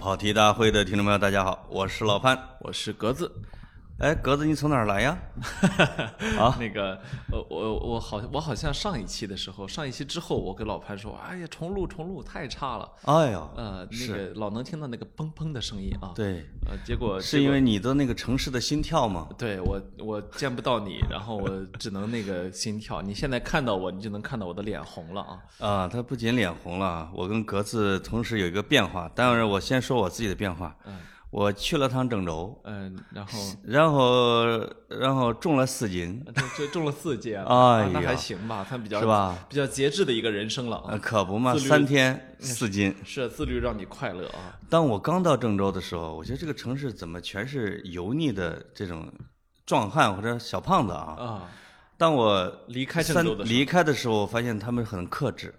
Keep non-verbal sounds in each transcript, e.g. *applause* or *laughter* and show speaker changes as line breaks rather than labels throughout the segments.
跑题大会的听众朋友，大家好，我是老潘。
我是格
*laughs*
子。
哎，格子，你从哪儿来呀？
啊，那个，呃，我我好，我好像上一期的时候，上一期之后，我跟老潘说，哎呀，重录重录太差了，
哎呦，
呃，那
是
个老能听到那个砰砰的声音啊。，
对，
呃，结果
是因为你的那个城市的心跳吗？
对我我见不到你，然后我只能那个心跳。你现在看到我，你就能看到我的脸红了啊。
啊，他不仅脸红了，我跟格子同时有一个变化。当然，我先说我自己的变化。
嗯
我去了趟郑州，
嗯、
*laughs*
然后
然后然后重了四斤，
就就中了四届了，
哎
啊那
呀
还行吧，算比较
是吧？
比较节制的一个人生了啊
呃，。可不嘛，
自律
三天四斤。
是自律让你快乐啊。
当我刚到郑州的时候，我觉得这个城市怎么全是油腻的这种壮汉或者小胖子啊？
啊，
当我
离开郑
三
州的时候
离开的时候，我发现他们很克制， *laughs*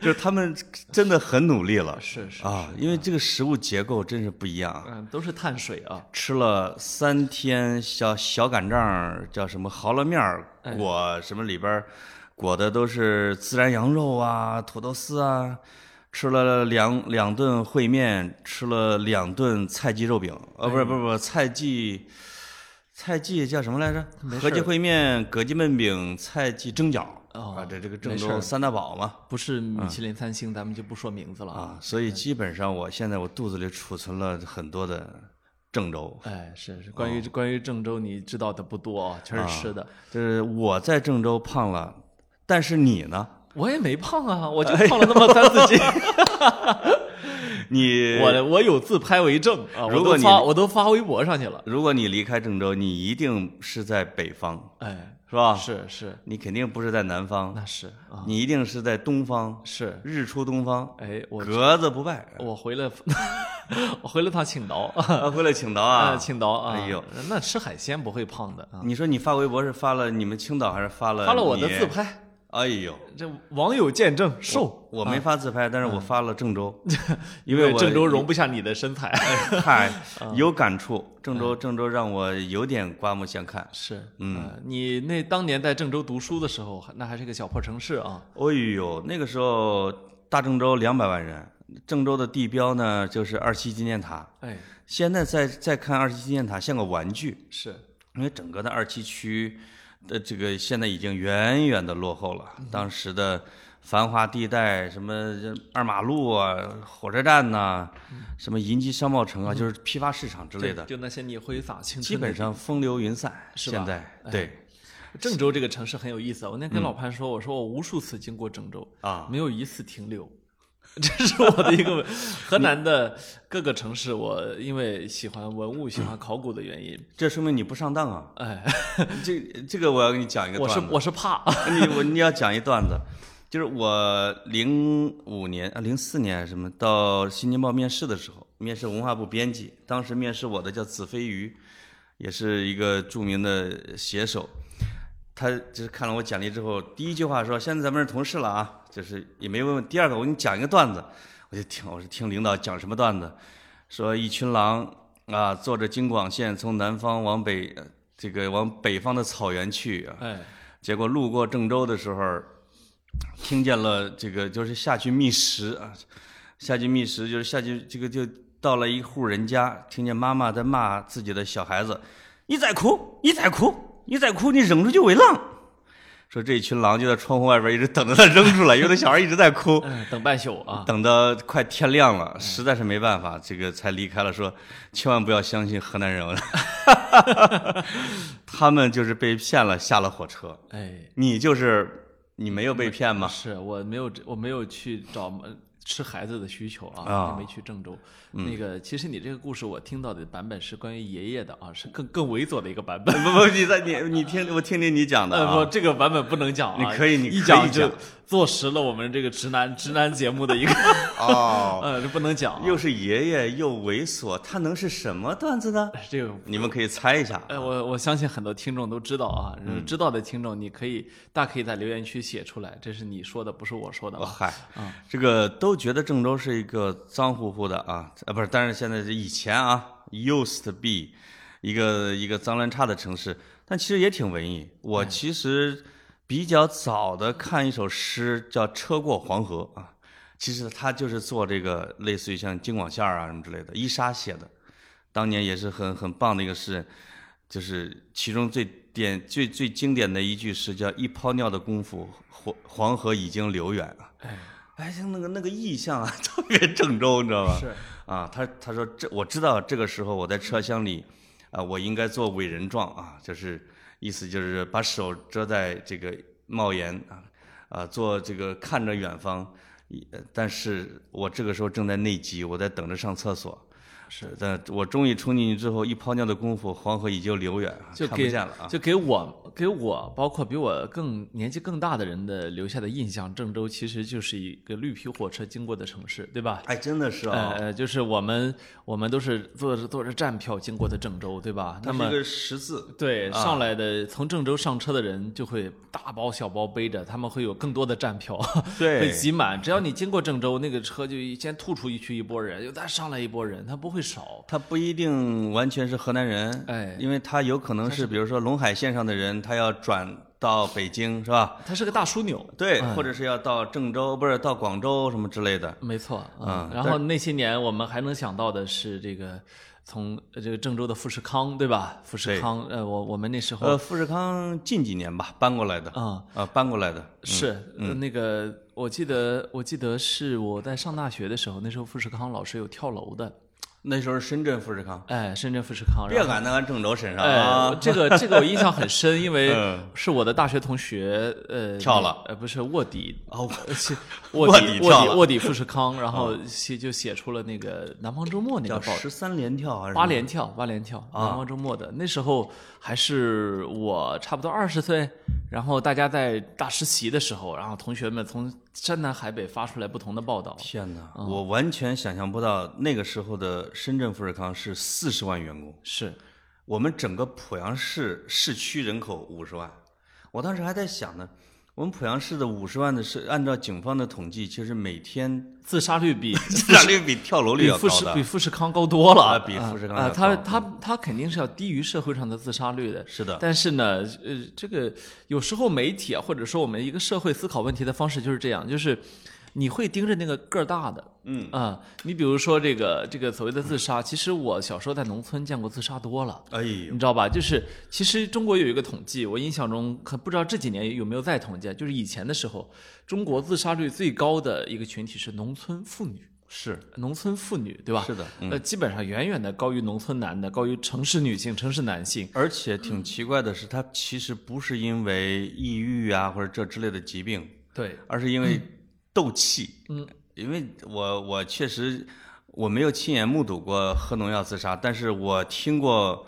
就是他们真的很努力了
是是，
啊，因为这个食物结构真是不一样啊。
嗯，都是碳水啊。
吃了三天小小擀杖儿，叫什么蚝烙面儿
哎
裹什么里边儿裹的都是孜然羊肉啊、土豆丝啊，吃了两两顿烩面，吃了两顿菜记肉饼，
哎
呃，不是不是不是菜记。菜记叫什么来着
没？
合记
事儿
烩面、葛记焖饼、菜记蒸饺、
哦
啊，这这个郑
没事
州
儿
三大宝嘛
不是米其林三星，咱们就不说名字了啊。
嗯啊，所以基本上我现在我肚子里储存了很多的郑州
哎，是是，
哦
关于、关于郑州，你知道的不多啊，全是吃的。
就是我在郑州胖了，但是你呢？
我也没胖啊，我
哎
就胖了那么三四
*laughs*
斤。
你
我我有自拍为证啊，我
如果
都
你
发我都发微博上去了。
如果你离开郑州，你一定是在北方，
哎，
是吧？
是是，
你肯定不是在南方，
那是啊，
你一定是在东方，
是。
日出东方，
哎，我
格子不败。
我回了，我回了趟青岛
啊，回来青岛
*laughs* 啊，
啊，
*laughs* 青岛啊，
哎呦，
那吃海鲜不会胖的啊。
你说你发微博是发了你们青岛，还是发了
发了我的
呃你
自？拍，
哎呦，
这网友见证瘦，
我没发自拍，但是我发了郑州，
啊 *laughs* 因
为
为
我哎
郑州容不啊下你的身材。 *laughs*
嗨，有感触。郑
嗯
州，郑州让我有点刮目相看。
是，嗯、你那当年在郑州读书的时候，那还是个小破城市啊。
哦呦，那个时候大郑州两百万人，郑州的地标呢就是二七纪念塔。
哎，
现在再再看二七纪念塔像个玩具，
是，
因为整个的二七区的这个现在已经远远的落后了。当时的繁华地带，什么二马路啊、火车站呐、什么银基商贸城啊，就是批发市场之类的，
就那些你挥洒青春。
基本，上风流云散。
是
现
吧
在对
郑州这个城市很有意思啊。我那天跟老潘说，我说我无数次经过郑州，
嗯啊，
没有一次停留。 *laughs* 这是我的一个河南的各个城市，我因为喜欢文物、喜欢考古的原因，
这说明你不上当啊。
哎，
*laughs* 这这个我要给你讲一个
我
段
是
子。
我是怕，
*laughs* 你我你要讲一段子，就是我零五年啊零四年还是什么到新京报面试的时候，面试文化部编辑，当时面试我的叫子非鱼，也是一个著名的写手，他就是看了我简历之后，第一句话说现在咱们是同事了啊，就是也没问问。第二个我给你讲一个段子，我就听我是听领导讲什么段子，说一群狼啊坐着京广线从南方往北呃这个往北方的草原去啊。
哎，
结果路过郑州的时候，听见了这个就是下去觅食啊，下去觅食就是下去这个就到了一户人家，听见妈妈在骂自己的小孩子：“你再哭，你再哭，你再哭，你扔出去喂狼。”说这群狼就在窗户外边一直等着他扔出来，因为那小孩一直在哭。
哎等半宿啊，
等到快天亮了，实在是没办法，这个才离开了。说千万不要相信河南人， *laughs* 他们就是被骗了，下了火车。
哎，
你就是你没有被骗吗？
是我没有这，我没有去找呃吃孩子的需求啊，
啊嗯
也没去郑州。那个，其实你这个故事我听到的版本是关于爷爷的啊，是更更猥琐的一个版本。
不不，你在你你听我听听你讲的
呃，
啊
*laughs* 不，，这个版本不能讲啊，
你可以你可以
一讲就
讲
坐实了我们这个直男直男节目
*laughs*
的一个，
哦，
呃，这不能讲啊。
又是爷爷又猥琐，他能是什么段子呢？
哎这个
你们可以猜一下。
哎，我我相信很多听众都知道啊，
嗯
知道的听众，你可以大可以在留言区写出来，这是你说的，不是我说的
我
啊。
哦嗨，这个都觉得郑州是一个脏乎乎的啊，啊不是，但是现在是以前啊，used to be，一个一个脏乱差的城市，但其实也挺文艺。我其实比较早的看一首诗叫《车过黄河》啊，其实他就是做这个类似于像京广线儿啊什么之类的。伊莎写的，当年也是很很棒的一个诗人，就是其中最典最最经典的一句诗叫“一泡尿的功夫，黄黄河已经流远了”。哎，像那个那个意象啊， *laughs* 特别郑州，你知道吗？
是
啊，他他说这我知道，这个时候我在车厢里，啊，我应该做伟人状啊，就是意思就是把手遮在这个帽檐啊，啊，做这个看着远方，一呃但是我这个时候正在内急，我在等着上厕所。
是，
但我终于冲进去之后，一泡尿的功夫，黄河已经流远啊，
就
看不
给
见
*laughs*
了啊。
就给我给我，包括比我更年纪更大的人的留下的印象，郑州其实就是一个绿皮火车经过的城市，对吧？
哎，真的是
呃
啊，
呃，就是我们我们都是坐着坐着站票经过的郑州，对吧？那
它是
么
一个识字，
对，
啊
上来的从郑州上车的人就会大包小包背着，他们会有更多的站票，
对
会挤满。只要你经过郑州，那个车就一先吐出一去一波人，又再上来一波人，他不会少。
他不一定完全是河南人，
哎
因为他有可能是比如说陇海线上的人，他要转到北京是吧？
它是个大枢纽，
对，或者是要到郑州，不是到广州什么之类的。
没错。嗯
啊
然后那些年我们还能想到的是这个从呃这个郑州的富士康，对吧？富士
对
康，呃，我我们那时候
呃，富士康近几年吧搬过来的，啊、
啊、
搬过来的，
是、
嗯
呃那个，我记得我记得是我在上大学的时候，那时候富士康老师有跳楼的，
那时候是深圳富士康，
哎，深圳富士康，然后
别啊敢拿郑州身上
哎
啊，，
这个这个我印象很深，因为
嗯
是我的大学同学，呃，
跳了，
呃，不是卧底，呃
哦，
是
卧
卧
底
底
跳
卧底
了嗯
卧底富士
*laughs*
康，然后写就写出了那个《南方周末》那个
叫
报
十三连跳还是什啊么
八？连跳，八连跳，南方周末的那时候还是我差不多二十岁，然后大家在大实习的时候，然后同学们从山南海北发出来不同的报道，
天哪，
啊
我完全想象不到那个时候的深圳富士康是四十万员工，
是
我们整个濮阳市市区人口五十万，我当时还在想呢，我们濮阳市的五十万的是按照警方的统计，其实每
*laughs*
天
自杀
*laughs*
率比
自杀率比跳楼率
比
要
富
高
士
的，
比富士康高多了，
啊比富士康
啊，
要
啊
高
他
嗯
他他肯定是要低于社会上的自杀率的。
是的
但是呢，呃，这个有时候媒体啊，或者说我们一个社会思考问题的方式就是这样，就是你会盯着那个个儿大的。嗯啊，你比如说这个这个所谓的自杀，其实我小时候在农村见过自杀多了。
哎呦
你，知道吧？就是其实中国有一个统计，我印象中可不知道这几年有没有再统计，啊就是以前的时候，中国自杀率最高的一个群体是农村妇女。
是
农村妇女，对吧？
是的嗯
呃，基本上远远的高于农村男的，高于城市女性、城市男性。
而且挺奇怪的是，他其实不是因为抑郁啊或者这之类的疾病，
对，
而是因为斗气。嗯，因为我我确实我没有亲眼目睹过喝农药自杀，但是我听过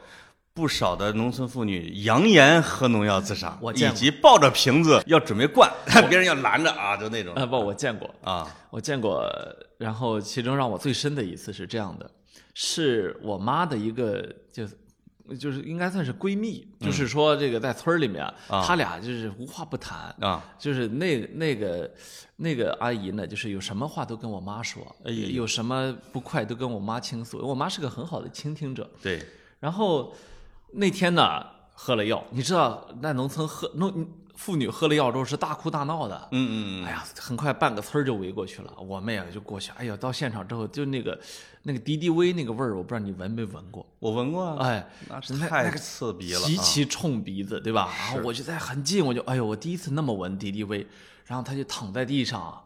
不少的农村妇女扬言喝农药自杀，
我见
以
过
及抱着瓶子要准备灌， *laughs* 别人要拦着啊，就那种
啊，不，我见过，
啊，
我见过。然后其中让我最深的一次是这样的，是我妈的一个就。就是应该算是闺蜜，就是说这个在村儿里面，她俩就是无话不谈
啊，
就是那那个那个阿姨呢，就是有什么话都跟我妈说，
哎呦
有什么不快都跟我妈倾诉。我妈是个很好的倾听者，
对，
然后那天呢，喝了药，你知道在农村喝农妇女喝了药之后是大哭大闹的。
嗯嗯嗯，
哎呀，很快半个村儿就围过去了，我们也就过去。哎呀，到现场之后，就那个那个敌敌畏那个味儿，我不知道你闻没闻过。
我闻过啊，
哎，
那
是那
太
那个
刺鼻了啊，
极其冲鼻子，对吧？然后我就在很近，我就哎呦，我第一次那么闻敌敌畏，然后他就躺在地上，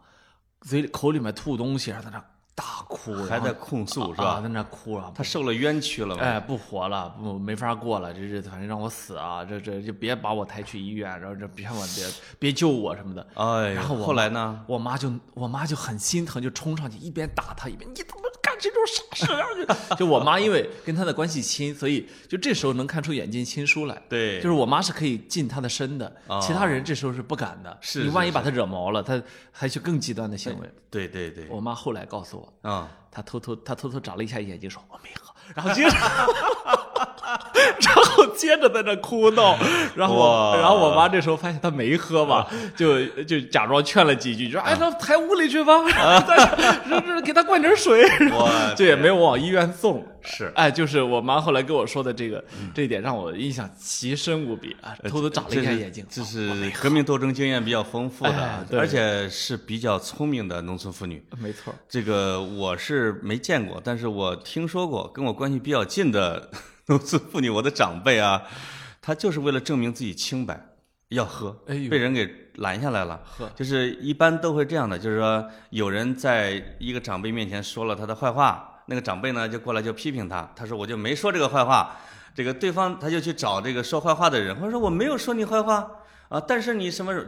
嘴里口里面吐东西，然后在那大哭，
还
然后
在控诉是
啊，
吧？
在那哭啊，
他受了冤屈了嘛？
哎，不活了，不没法过了，这日子反正让我死啊！这这就别把我抬去医院，然后这别我别别救我什么的。
哎呀，
然后我
后来呢？
我妈就我妈就很心疼，就冲上去一边打他一边你怎么干这种傻事儿？然
*laughs*
后就就我妈因为跟他的关系亲，所以就这时候能看出远近亲疏来。
对哦
就是我妈是可以近他的身的，其他人这时候是不敢的。
是是
你万一把他惹毛了，他采取更极端的行为。
对对对，
我妈后来告诉我，
啊，
他偷偷他偷偷眨了一下眼睛，说我没喝，然后接着， *laughs* 然后接着在那哭闹，然后我
哇
然后我妈这时候发现她没喝嘛，就就假装劝了几句，就说
嗯
哎，那抬屋里去吧， *laughs* 这这给她灌点水，
我
这也没有往医院送。
是嗯
哎，就是我妈后来跟我说的这个这一点，让我印象极深无比啊，偷偷眨了一下眼睛，
呃这
啊
是革命斗争经验比较丰富的
哎
啊，
对
而且是比较聪明的农村妇女。
没错，
这个我是没见过，但是我听说过，跟我关系比较近的 *laughs* 农村妇女，我的长辈啊，她就是为了证明自己清白，要喝，
哎呦
被人给拦下来了。
呵
就是一般都会这样的，就是说有人在一个长辈面前说了他的坏话，那个长辈呢就过来就批评他，他说我就没说这个坏话，这个对方他就去找这个说坏话的人，或者说我没有说你坏话啊，但是你什么时候？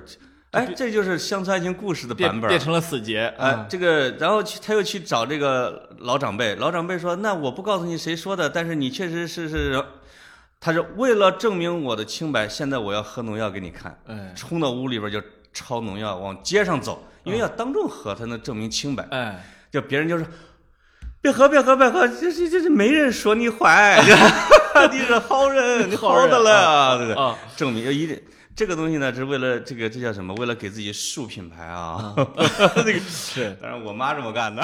哎，这就是乡村爱情故事的版
变
本，
变成了死结
哎
啊，，
这个，然后去他又去找这个老长辈，老长辈说：“那我不告诉你谁说的，但是你确实是是。”他说：“为了证明我的清白，现在我要喝农药给你看。
哎”
冲到屋里边就抄农药往街上走，因为要当众喝才能证明清白。
哎，
就别人就说：“别喝，别喝，别喝！这这这这没人说你
*laughs*
坏，你是好人，你
好
好
人
的了，对不对？
啊，
证明一定。”这个东西呢，是为了这个这叫什么？为了给自己树品牌啊，
嗯
*laughs* 这个
是
但是我妈这么干的。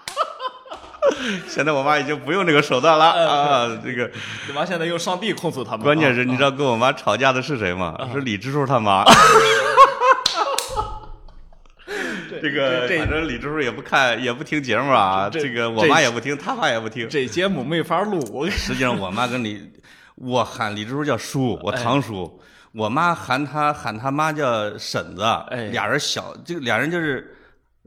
*laughs* 现在我妈已经不用这个手段了
嗯
啊！这个
你妈现在用上帝控诉他们，
关键
啊
是，你知道跟我妈吵架的是谁吗？
嗯
是李支书他妈。这个
这
反正李支书也不看，也不听节目啊。
这
这个我
这
妈也不听，他妈也不听。
这节目没法录，我跟
实际上，我妈跟李，我喊李支书叫叔，我
哎
堂叔，我妈喊他喊他妈叫婶子
哎，
俩人小，这个俩人就是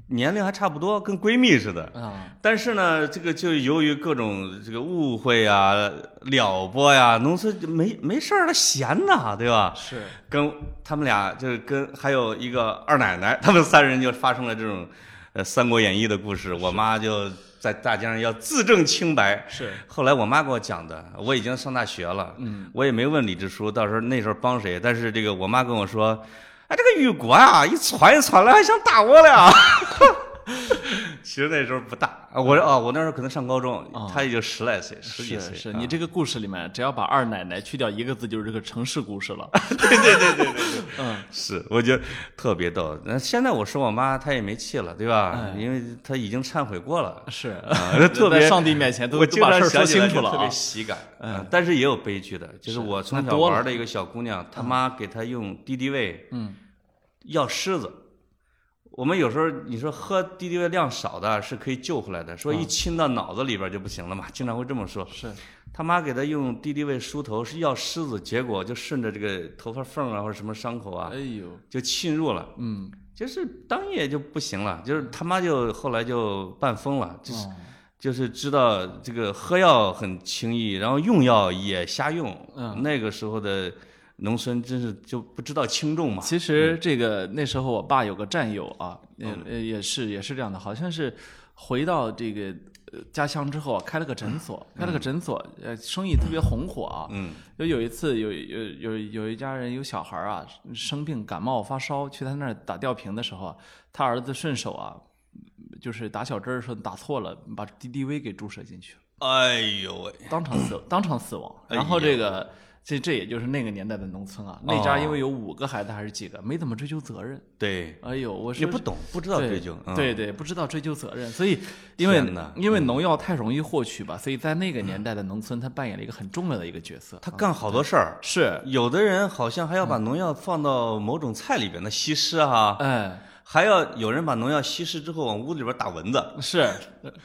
年龄还差不多，跟闺蜜似的。
啊，
但是呢，这个就由于各种这个误会啊、撩拨呀、农村就没没事儿了闲呐，对吧？
是
跟他们俩就是跟还有一个二奶奶，他们三人就发生了这种呃《三国演义》的故事。我妈就在大街上要自证清白。 *laughs*
是，
后来我妈给我讲的，我已经上大学了，嗯，我也没问李支书到时候那时候帮谁，但是这个我妈跟我说，哎，这个雨国啊，一攒一攒了，还想打我了。 *laughs* 其实那时候不大，啊我哦，我那时候可能上高中，她也就十来岁，十几岁。
嗯哦是是，
*laughs* 啊
你这个故事里面，只要把二奶奶去掉一个字，就是这个城市
*laughs*
故事了。
是，我觉得特别逗。那现在我说我妈，她也没气了，对
嗯
吧？因为她已经忏悔过
*laughs*
了。
是，
啊特别
在上帝面前都
我
都
经
把
常
事儿说
想起来
清
就
楚了
特别
啊。
喜感。嗯，但是也有悲剧的，就是我从
那
小
多
玩
了嗯
的一个小姑娘，她妈给她用敌敌畏，嗯，要狮子。我们有时候你说喝敌敌畏量少的是可以救回来的，
嗯
说一亲到脑子里边就不行了嘛，经常会这么说。
是，
他妈给她用敌敌畏梳头是要狮子，结果就顺着这个头发缝啊或者什么伤口啊
哎呦，
就侵入了。
嗯，
就是当夜就不行了，就是他妈就后来就半疯了，就是、
哦
就是知道这个喝药很轻易，然后用药也瞎用。
嗯，
那个时候的农村真是就不知道轻重嘛。嗯
其实这个那时候我爸有个战友啊，呃也是也是这样的，好像是回到这个呃家乡之后啊，开了个诊所，开了个诊所，呃，生意特别红火啊。
嗯，
有有一次有有有有一家人有小孩啊生病感冒发烧，去他那儿打吊瓶的时候啊，他儿子顺手啊。就是打小针儿的时候打错了，把 DDV 给注射进去了。
哎呦喂，
当场死，当场死亡。
哎
然后
呀
这个，这这也就是那个年代的农村啊，那
哦
家因为有五个孩子还是几个，没怎么追究责任。
对，
哎呦，我
也
说
不懂，不知道追究。嗯、
对对，不知道追究责任，所以因为
天哪嗯
因为农药太容易获取吧，所以在那个年代的农村，它扮演了一个很重要的一个角色。
他干好多事儿，
是，
有的人好像还要
嗯
把农药放到某种菜里边，那稀释哈、
哎，
还要有人把农药稀释之后往屋里边打蚊子，
是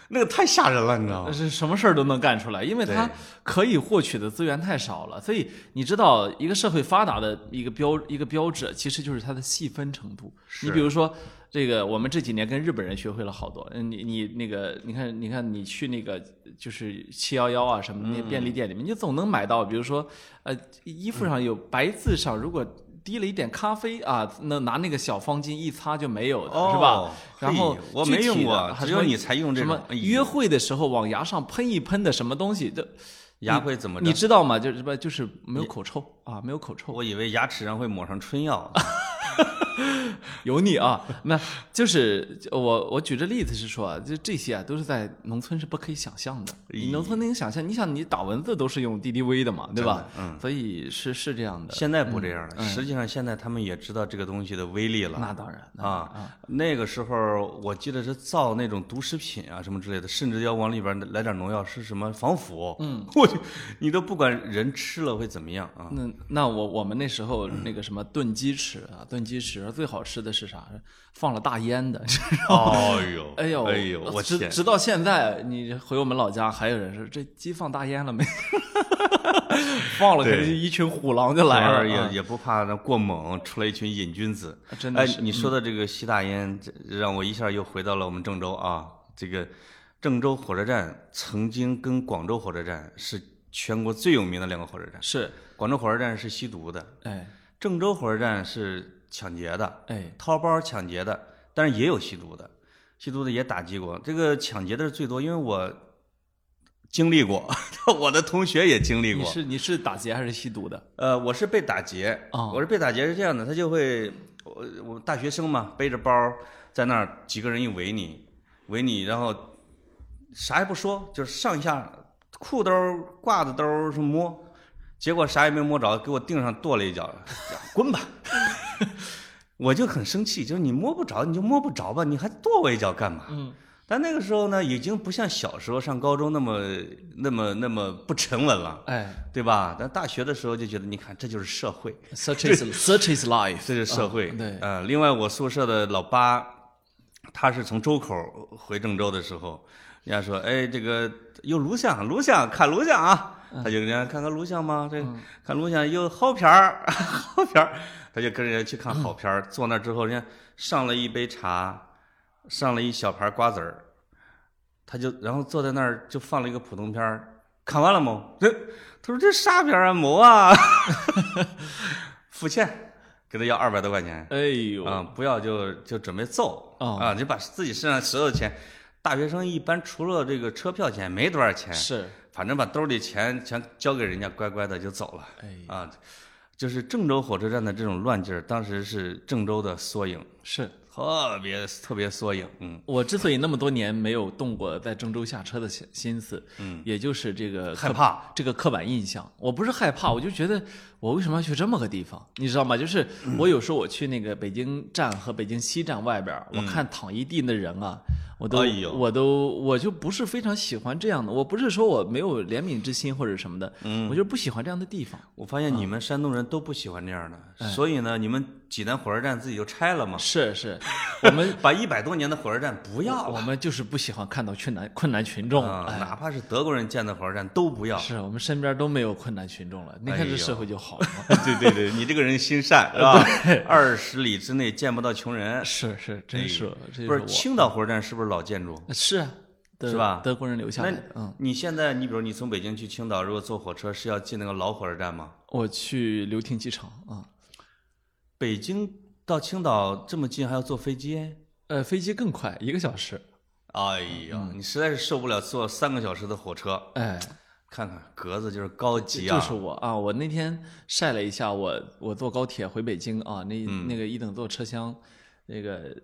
那个太吓人了，你知道吗？
是什么事儿都能干出来，因为
嗯
它
对
可以获取的资源太少了。所以你知道，一个社会发达的一个标一个标志，其实就是它的细分程度。你比如说，这个我们这几年跟日本人学会了好多。嗯，你你那个，你看你看，你去那个就是七幺幺啊什么那便利店里面，你总能买到，比如说呃，衣服上有白字上如果。滴了一点咖啡啊，那拿那个小方巾一擦就没有的，是吧
哦？
然后
嘿我
具
没
体
用
的
过
还
只
说
有你才用这
什
种
么
哎呦
约会的时候往牙上喷一喷的什么东西，这
牙会怎么着？
你知道吗？就是不就是没有口臭啊，没有口
*laughs*
臭。 *laughs*
我以为牙齿上会抹上春药，
有你啊，那就是我我举这例子是说啊，就这些啊都是在农村是不可以想象的。
哎
你农村能想象，你想你打蚊子都是用 DDV 的嘛，对吧？嗯，所以是是这样的。
现在不这样了，实际上现在他们也知道这个东西的威力了。
那当然，
啊，那个时候我记得是造那种毒食品啊什么之类的，甚至要往里边来点农药，是什么防腐？嗯， *laughs* 我去，你都不管人吃了会怎么样啊？
那那我我们那时候那个什么炖鸡翅啊，炖鸡翅最好吃的是啥？放了大烟的，
*laughs* 哎呦，
哎呦，
哎呦，我
直
天，
直到现在，你回我们老家还有人说这鸡放大烟了没？ *laughs* 放了，可
对
能就一群虎狼就来了，
也
啊
也不怕那过猛，出来一群瘾君子。
真
哎
的是，。嗯
你说的这个吸大烟，这让我一下又回到了我们郑州啊。这个郑州火车站曾经跟广州火车站是全国最有名的两个火车站。
是，
广州火车站是吸毒的，
哎
郑州火车站是抢劫的，
哎，
掏包抢劫的，但是也有吸毒的，吸毒的也打击过。这个抢劫的是最多，因为我经历过， *laughs* 我的同学也经历
你
过。
是你是打劫还是吸毒的？
呃，我是被打劫，
哦
我是被打劫是这样的，他就会，我我大学生嘛，背着包在那儿，几个人一围你，围你，然后啥也不说，就是上下裤兜儿、褂子兜儿是摸，结果啥也没摸着，给我腚上跺了一
*laughs*
脚，滚吧！ *laughs* 我就很生气，就是你摸不着，你就摸不着吧，你还跺我一脚干嘛？
嗯，
但那个时候呢，已经不像小时候上高中那么那么那么不沉稳了。
哎
对吧？但大学的时候就觉得，你看这就是社会，
，such is such is life，
这就是社会。
啊对
呃，另外我宿舍的老八，他是从周口回郑州的时候，人家说，哎，这个有录像，录像看录像啊，
嗯
他就跟人家看看录像吗？这、看录像有好片儿， *laughs* 好片儿，他就跟人家去看好片儿。
嗯
坐那之后，人家上了一杯茶，上了一小盘瓜子儿，他就然后坐在那儿就放了一个普通片儿。看完了吗？这 *laughs* 他说这啥片儿啊？某啊， *laughs* 付钱，给他要二百多块钱。
哎呦，
啊、不要就就准备揍啊、
哦
就把自己身上所有钱，大学生一般除了这个车票钱没多少钱，
是，
反正把兜里钱全交给人家，乖乖的就走了
哎
啊。就是郑州火车站的这种乱劲儿，当时是郑州的缩影，
是。
特别特别缩影。嗯，
我之所以那么多年没有动过在郑州下车的心心思，嗯，也就是这个
害
刻
怕
这个刻板印象。我不是害怕，我就觉得我为什么要去这么个地方，你知道吗？就是
嗯
我有时候我去那个北京站和北京西站外边儿，我看躺一地的人啊，我都、
嗯哎呦
我都我就不是非常喜欢这样的。我不是说我没有怜悯之心或者什么的，嗯，我就不喜欢这样的地方。
我发现你们山东人都不喜欢这样的，
哎
所以呢，你们济南火车站自己就拆了嘛，
是是，我们
把一百多年的火车站不要了
我们就是不喜欢看到困难困难群众，
啊、
哎
哪怕是德国人建的火车站都不要。
是我们身边都没有困难群众了，你看
啊哎
这
呦
社会就好了嘛。
*laughs* 对对对，你这个人心
*laughs*
善是吧？二十里之内见不到穷人，
是是，真是，这
不
哎就是
青岛火车站是不是老建筑？
我是啊，德
是吧
德国人留下
那
来的。嗯，
你现在，你比如你从北京去青岛，如果坐火车是要进那个老火车站吗？
我去流亭机场啊，
北京到青岛这么近，还要坐飞机？
呃，飞机更快，一个小时。
哎呀，
嗯
你实在是受不了坐三个小时的火车，
哎，
看看格子就是高级
就
啊！
是我啊，我那天晒了一下我我坐高铁回北京啊，那
嗯
那个一等座车厢，那个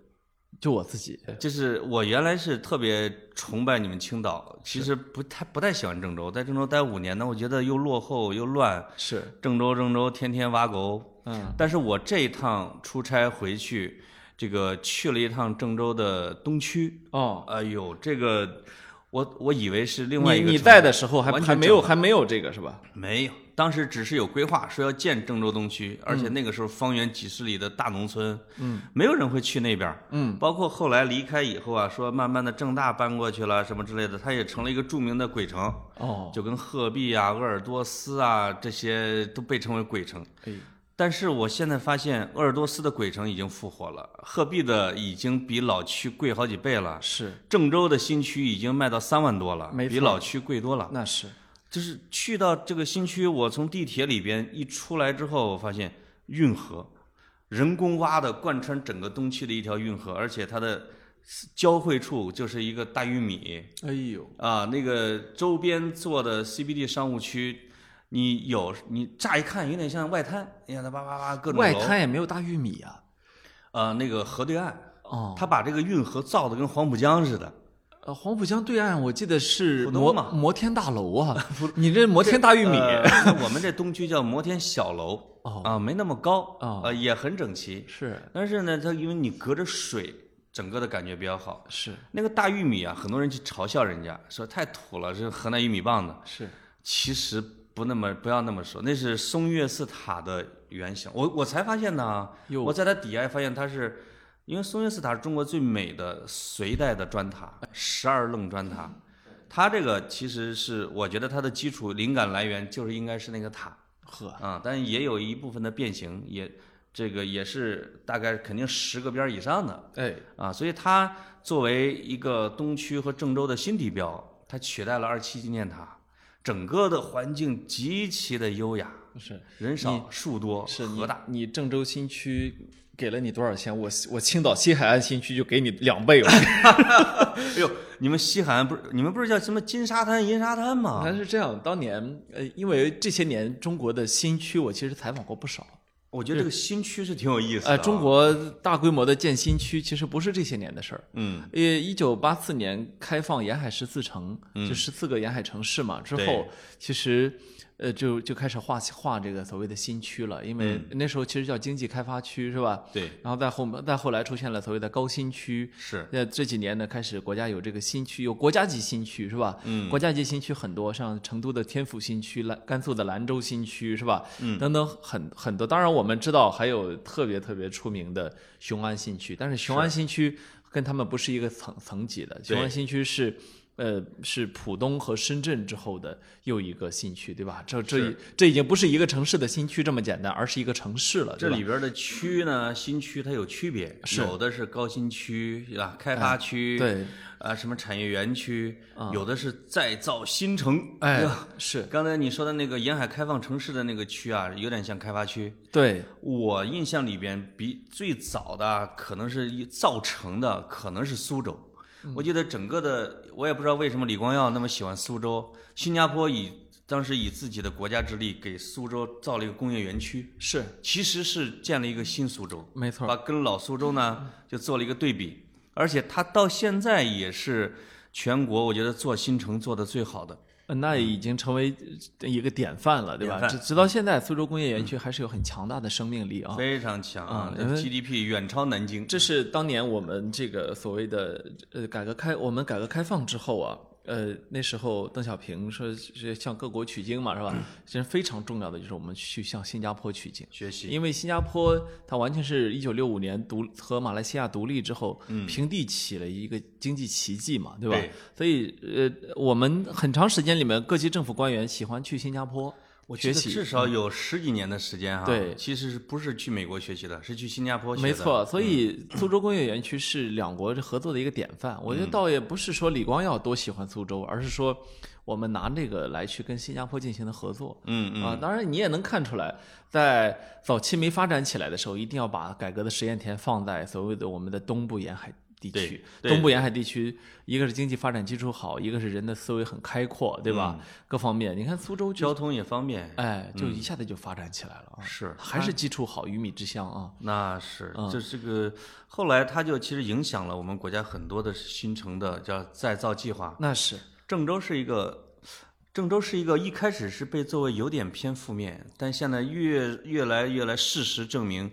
就我
*laughs*
自己。
就是我原来是特别崇拜你们青岛，其实不太不太喜欢郑州，在郑州待五年呢，我觉得又落后又乱，
是，
郑州郑州天天挖沟，
嗯，
但是我这一趟出差回去，这个去了一趟郑州的东区，
哦，
哎呦，这个我我以为是另外一
你
个
你
城
在的时候还
完全
还没有
正
还没有这个是吧？
没有，当时只是有规划说要建郑州东区，而
嗯
且那个时候方圆几十里的大农村，嗯，没有人会去那边，
嗯，
包括后来离开以后啊，说慢慢的郑大搬过去了什么之类的，它也成了一个著名的鬼城，
哦，
就跟鹤壁啊、鄂尔多斯啊这些都被称为鬼城。
哎，
但是我现在发现，鄂尔多斯的鬼城已经复活了，鹤壁的已经比老区贵好几倍了，
是，
郑州的新区已经卖到三万多了，
没错
比老区贵多了。
那是，
就是去到这个新区，我从地铁里边一出来之后，我发现运河，人工挖的贯穿整个东区的一条运河，而且它的交汇处就是一个大玉米，
哎呦，
啊，那个周边做的 CBD 商务区，你有你乍一看有点像外滩，你看它叭叭叭各种
外
楼
滩也没有大玉米啊。
呃那个河对岸，
哦，
他把这个运河造的跟黄浦江似的。
呃，黄浦江对岸我记得是
浦东
摩
嘛
摩天大楼 *laughs* 啊，你这摩天大玉米，
呃我们这东区叫摩天小楼
哦
啊，没那么高
哦
啊，也很整齐。
是
但是呢，它因为你隔着水，整个的感觉比较好。
是
那个大玉米啊，很多人去嘲笑人家，说太土了，是河南玉米棒子。
是，
其实不那么不要那么说，那是松月寺塔的原型。我我才发现呢，
哟
我在它底下还发现它是，因为松月寺塔是中国最美的隋代的砖塔，十二楞砖塔。它这个其实是我觉得它的基础灵感来源就是应该是那个塔
呵，
啊，但也有一部分的变形，也这个也是大概肯定十个边儿以上的。
哎，
啊，所以它作为一个东区和郑州的新地标，它取代了二七纪念塔，整个的环境极其的优雅，
是
人少树多，
是
河
你
大。
你郑州新区给了你多少钱？我我青岛西海岸新区就给你两倍了，
哎呦，你们西海岸不是你们不是叫什么金沙滩、银沙滩吗？
*laughs* 但是这样，当年呃，因为这些年中国的新区，我其实采访过不少。
我觉得这个新区是挺有意思的、啊
呃，中，国大规模的建新区，其实不是这些年的事儿。
嗯，
呃，一九八四年开放沿海十四城，就十四个沿海城市嘛，之后
对
其实呃就就开始划划这个所谓的新区了，因为那时候其实叫经济开发区是吧？
对，
然后再后再后来出现了所谓的高新区，
是，
呃，这几年呢，开始国家有这个新区，有国家级新区是吧？嗯，国家级新区很多，像成都的天府新区、兰甘肃的兰州新区是吧？嗯，等等很很多。当然，我们知道还有特别特别出名的雄安新区，但是雄安新区跟他们不是一个层层级的。雄安新区是。呃，是浦东和深圳之后的又一个新区，对吧？这这这已经不是一个城市的新区这么简单，而是一个城市了，
这
对吧？
里边的区呢，新区它有区别，有的是高新区啊，开发区，
哎对，啊
啊，什么产业园区，有的是再造新城，
哎
对吧，
是
刚才你说的那个沿海开放城市的那个区啊，有点像开发区。
对，
我印象里边，比最早的啊可能是一造成的，可能是苏州。
嗯
我记得整个的，我也不知道为什么李光耀那么喜欢苏州。新加坡以当时以自己的国家之力给苏州造了一个工业园区，
是
其实是建了一个新苏州。
没错。
把跟老苏州呢就做了一个对比，而且它到现在也是全国我觉得做新城做的最好的。
呃那已经成为呃一个典范了，对吧？
典
直直到现在，苏州工业园区还是有很强大的生命力啊。
非常强啊
啊
这
因为
，GDP 远超南京。
这是当年我们这个所谓的呃改革开，我们改革开放之后啊，呃那时候邓小平说是向各国取经嘛，是吧？其实非常重要的就是我们去向新加坡取经。
学习
因为新加坡它完全是一九六五年独和马来西亚独立之后，平地起了一个经济奇迹嘛，对吧？
嗯对
所以呃，我们很长时间里面，各级政府官员喜欢去新加坡学习，
至少有十几年的时间啊。
对
其实是不是去美国学习的，是去新加坡学的。嗯
没，错，所以苏州工业园区是两国合作的一个典范。我觉得倒也不是说李光耀多喜欢苏州，而是说我们拿这个来去跟新加坡进行的合作。
嗯嗯，
啊，当然你也能看出来，在早期没发展起来的时候，一定要把改革的实验田放在所谓的我们的东部沿海地区。
对对
东部沿海地区，一个是经济发展基础好，一个是人的思维很开阔，对吧？
嗯
各方面，你看苏州就
交通也方便。
哎，就一下子就发展起来了啊，
嗯是
还是基础好，鱼米之乡啊。
那是，这这个后来它就其实影响了我们国家很多的新城的叫再造计划。
那是
郑州是一个，郑州是一个一开始是被作为有点偏负面，但现在越越来越来事实证明，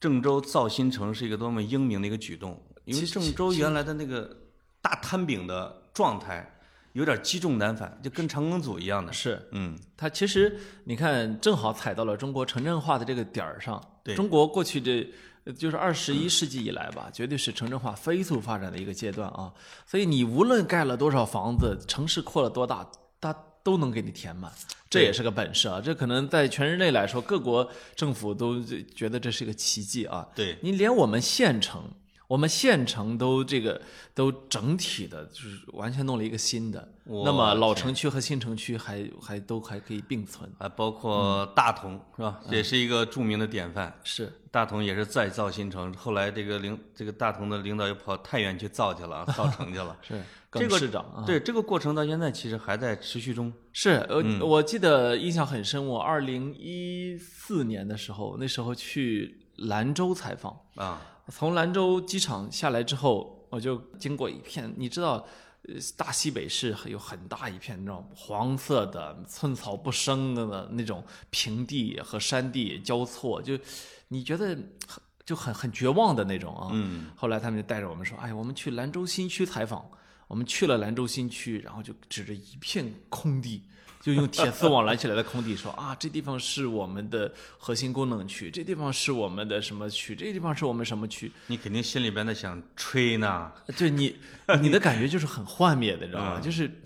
郑州造新城是一个多么英明的一个举动。因为
其实
郑州原来的那个大摊饼的状态有点积重难返，就跟长庚组一样的。
是，
嗯，
它其实你看，正好踩到了中国城镇化的这个点儿上。
对
中国过去这呃就是二十一世纪以来吧，绝对是城镇化飞速发展的一个阶段啊。所以你无论盖了多少房子，城市扩了多大，它都能给你填满。这也是个本事啊！这可能在全人类来说，各国政府都觉得这是个奇迹啊。
对，
你连我们县城，我们县城都这个都整体的，就是完全弄了一个新的。
我
那么老城区和新城区还还都还可以并存，
还包括大同、是吧？
嗯
也是一个著名的典范。
是。
大同也是再造新城，后来这个领这个大同的领导又跑太原去造去了，造城去了
是，
这
耿
个
市长啊，
对这个过程到现在其实还在持续中。
是呃，我记得印象很深，我二零一四年的时候，那时候去兰州采访，
啊，
从兰州机场下来之后，我就经过一片，你知道，呃，大西北是有很大一片那种黄色的、寸草不生的那种平地和山地交错，就你觉得很就很很绝望的那种啊。
嗯，
后来他们就带着我们说：“哎，我们去兰州新区采访。”我们去了兰州新区，然后就指着一片空地，就用铁丝网拦起来的空地说：“ *laughs* 啊，这地方是我们的核心功能区，这地方是我们的什么区，这地方是我们什么区。”
你肯定心里边在想吹呢，
对你，你的感觉就是很幻灭的，你知道吗？就是，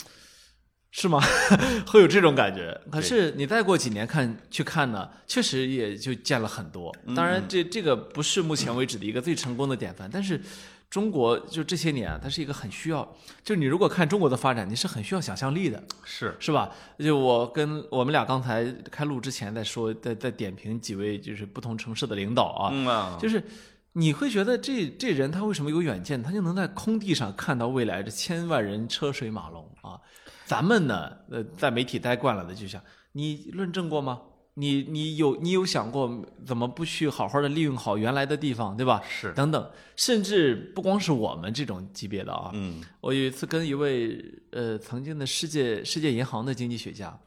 是吗？ *laughs* 会有这种感觉。可是你再过几年看去看呢，确实也就见了很多。当然这，这个不是目前为止的一个最成功的典范，但是中国就这些年啊，它是一个很需要，就是你如果看中国的发展，你是很需要想象力的。
是
是吧？就我跟我们俩刚才开录之前在说，在在点评几位就是不同城市的领导啊，
嗯啊，
就是你会觉得这这人他为什么有远见？他就能在空地上看到未来这千万人车水马龙啊！咱们呢，呃，在媒体待惯了的，就想你论证过吗？你你有你有想过怎么不去好好的利用好原来的地方，对吧？
是
等等，甚至不光是我们这种级别的啊，
嗯
我有一次跟一位呃曾经的世界世界银行的经济学家，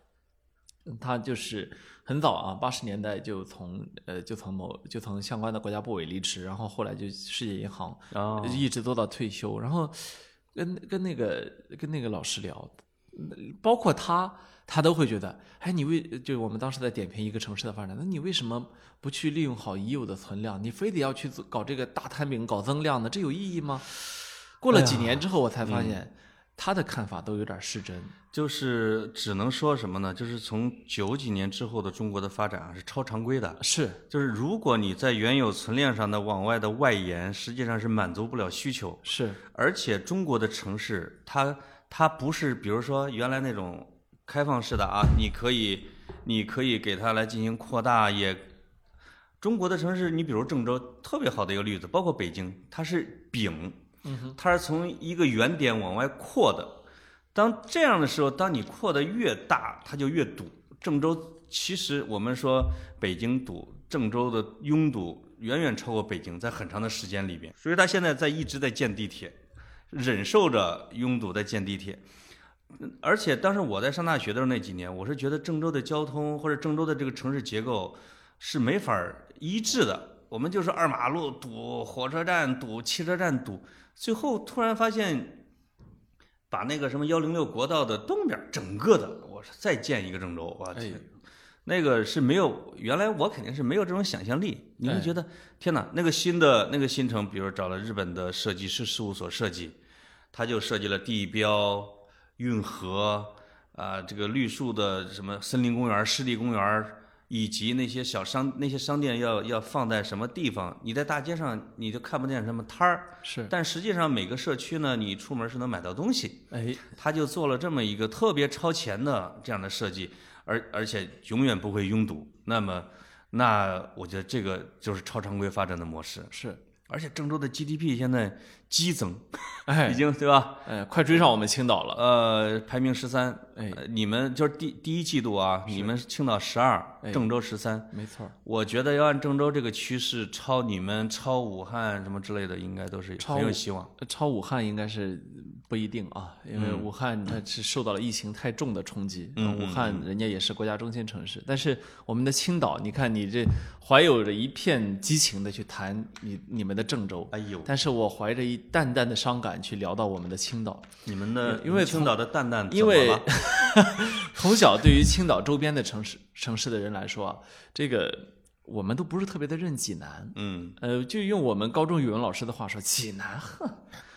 嗯他就是很早啊，八十年代就从呃就从某就从相关的国家部委离职，然后后来就世界银行、
啊
一直做到退休，然后跟跟那个跟那个老师聊，嗯包括他，他都会觉得，哎，你为就我们当时在点评一个城市的发展，那你为什么不去利用好已有的存量，你非得要去做搞这个大摊饼、搞增量呢？这有意义吗？过了几年之后，我才发现、他的看法都有点失真。
就是只能说什么呢？就是从九几年之后的中国的发展啊，是超常规的，
是，
就是如果你在原有存量上的往外的外延，实际上是满足不了需求。
是，
而且中国的城市，它它不是比如说原来那种开放式的啊，你可以你可以给它来进行扩大。也，中国的城市，你比如郑州，特别好的一个例子，包括北京，它是饼，它是从一个原点往外扩的。当这样的时候，当你扩得越大，它就越堵。郑州其实我们说北京堵，郑州的拥堵远远超过北京，在很长的时间里边，所以它现在在一直在建地铁，忍受着拥堵在建地铁。嗯而且当时我在上大学的时候那几年，我是觉得郑州的交通或者郑州的这个城市结构是没法儿一致的。我们就是二马路堵，火车站堵，汽车站堵，最后突然发现把那个什么幺零六国道的东边儿整个的，我说再建一个郑州，我天，
哎
那个是没有，原来我肯定是没有这种想象力。你会觉得、天哪，那个新的那个新城，比如找了日本的设计师事务所设计，他就设计了地标、运河啊、这个绿树的什么森林公园、湿地公园，以及那些小商那些商店要要放在什么地方，你在大街上你就看不见什么摊儿。
是，
但实际上每个社区呢，你出门是能买到东西。
哎，
他就做了这么一个特别超前的这样的设计，而而且永远不会拥堵。那么，那我觉得这个就是超常规发展的模式。
是，
而且郑州的 GDP 现在激增，已
哎，
经对吧？
哎，快追上我们青岛了。
呃，排名十三，
哎
呃，你们就是第第一季度啊，你们青岛十二，
哎
郑州十三。
没错儿，
我觉得要按郑州这个趋势超你们、超武汉什么之类的，应该都是
超
很有
武
希望。
超武汉应该是不一定啊，因为武汉它是受到了疫情太重的冲击。
嗯
武汉人家也是国家中心城市，但是我们的青岛，你看你这怀有着一片激情的去谈你你们的郑州，
哎呦，
但是我怀着一淡淡的伤感去聊到我们的青岛，
你们的
因为
青岛的蛋蛋
因为 *laughs* 从小对于青岛周边的城市城市的人来说啊，这个我们都不是特别的认济南。
嗯，
呃，就用我们高中语文老师的话说，济南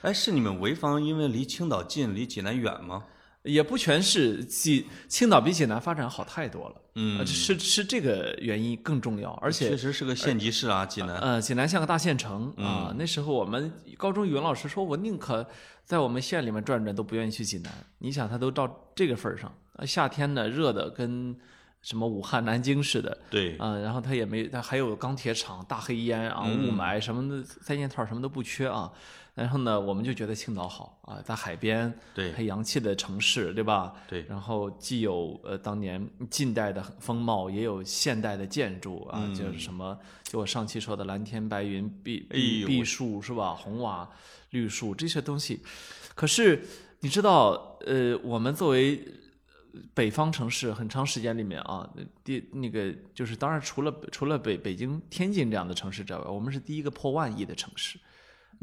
哎，是你们潍坊因为离青岛近，离济南远吗？
也不全是济青岛比济南发展好太多了，
嗯
呃是是这个原因更重要，而且
确实是个嗯县级市啊，济南。
呃，济南像个大县城啊、那时候我们高中语文老师说，我宁可在我们县里面啊转转，都不愿意去济南。你想，他都到这个份儿上，呃夏天呢，热的跟什么武汉、南京似的，
对，
啊、然后它也没，它还有钢铁厂、大黑烟啊、
嗯
雾霾什么的，三件套什么都不缺啊。然后呢，我们就觉得青岛好啊，在海边，
对
很洋气的城市，对吧？
对
然后既有呃当年近代的风貌，也有现代的建筑啊，
嗯
就是什么，就我上期说的蓝天白云、碧
哎
碧
呦
碧树是吧？红瓦、绿树这些东西，可是你知道，呃，我们作为呃北方城市，很长时间里面啊，呃第那个就是，当然除了除了北北京、天津这样的城市之外，我们是第一个破万亿的城市。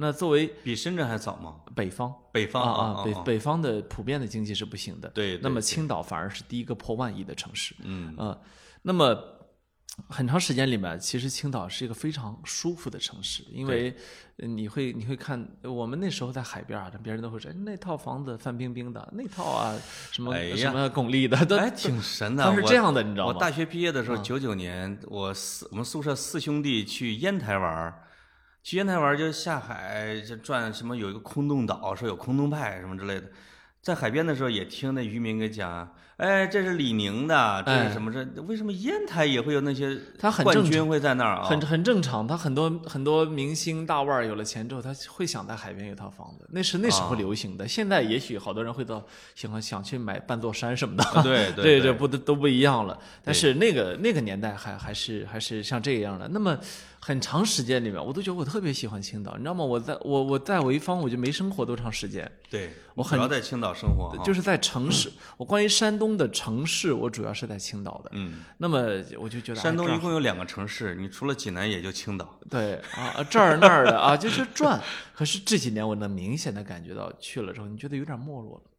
那作为
比深圳还早吗？
北方
北方
啊啊，北
啊
北方的普遍的经济是不行的。
对对
那么青岛反而是第一个破万亿的城市。
嗯
啊、那么很长时间里面，其实青岛是一个非常舒服的城市，因为呃你会你会看，我们那时候在海边啊，别人都会说哎那套房子范冰冰的，那套啊什么、
哎呀
什么巩俐的，都
哎，挺神的。
都是
我
这样的，你知道
我
吗？嗯
大学毕业的时候，九九年，我四我们宿舍四兄弟去烟台玩儿，去烟台玩儿就下海就转什么，有一个空洞岛，说有空洞派什么之类的。在海边的时候也听那渔民给讲，哎，这是李宁的，这
哎
是什么？这为什么烟台也会有那些
它很
冠
正
军会在那儿啊？
很很正常，他很多很多明星大腕儿有了钱之后，他会想在海边有套房子，那是那时
啊
候流行的。现在也许好多人会到想想去买半座山什么的，
啊
*laughs*
对对
这
对
这不都都不一样了。但是那个那个年代还还是还是像这样的。那么很长时间里面，我都觉得我特别喜欢青岛，你知道吗？我在我我在潍坊我就没生活多长时间，
对，
我
主要在青岛生活哈，
就是在城市。我关于山东的城市，我主要是在青岛的。
嗯，
那么我就觉得哎
山东
这儿
一共有两个城市，你除了济南也就青岛。
对啊，啊这儿那儿的啊，就是转。可是这几年我能明显的感觉到，去了之后你觉得有点没落了，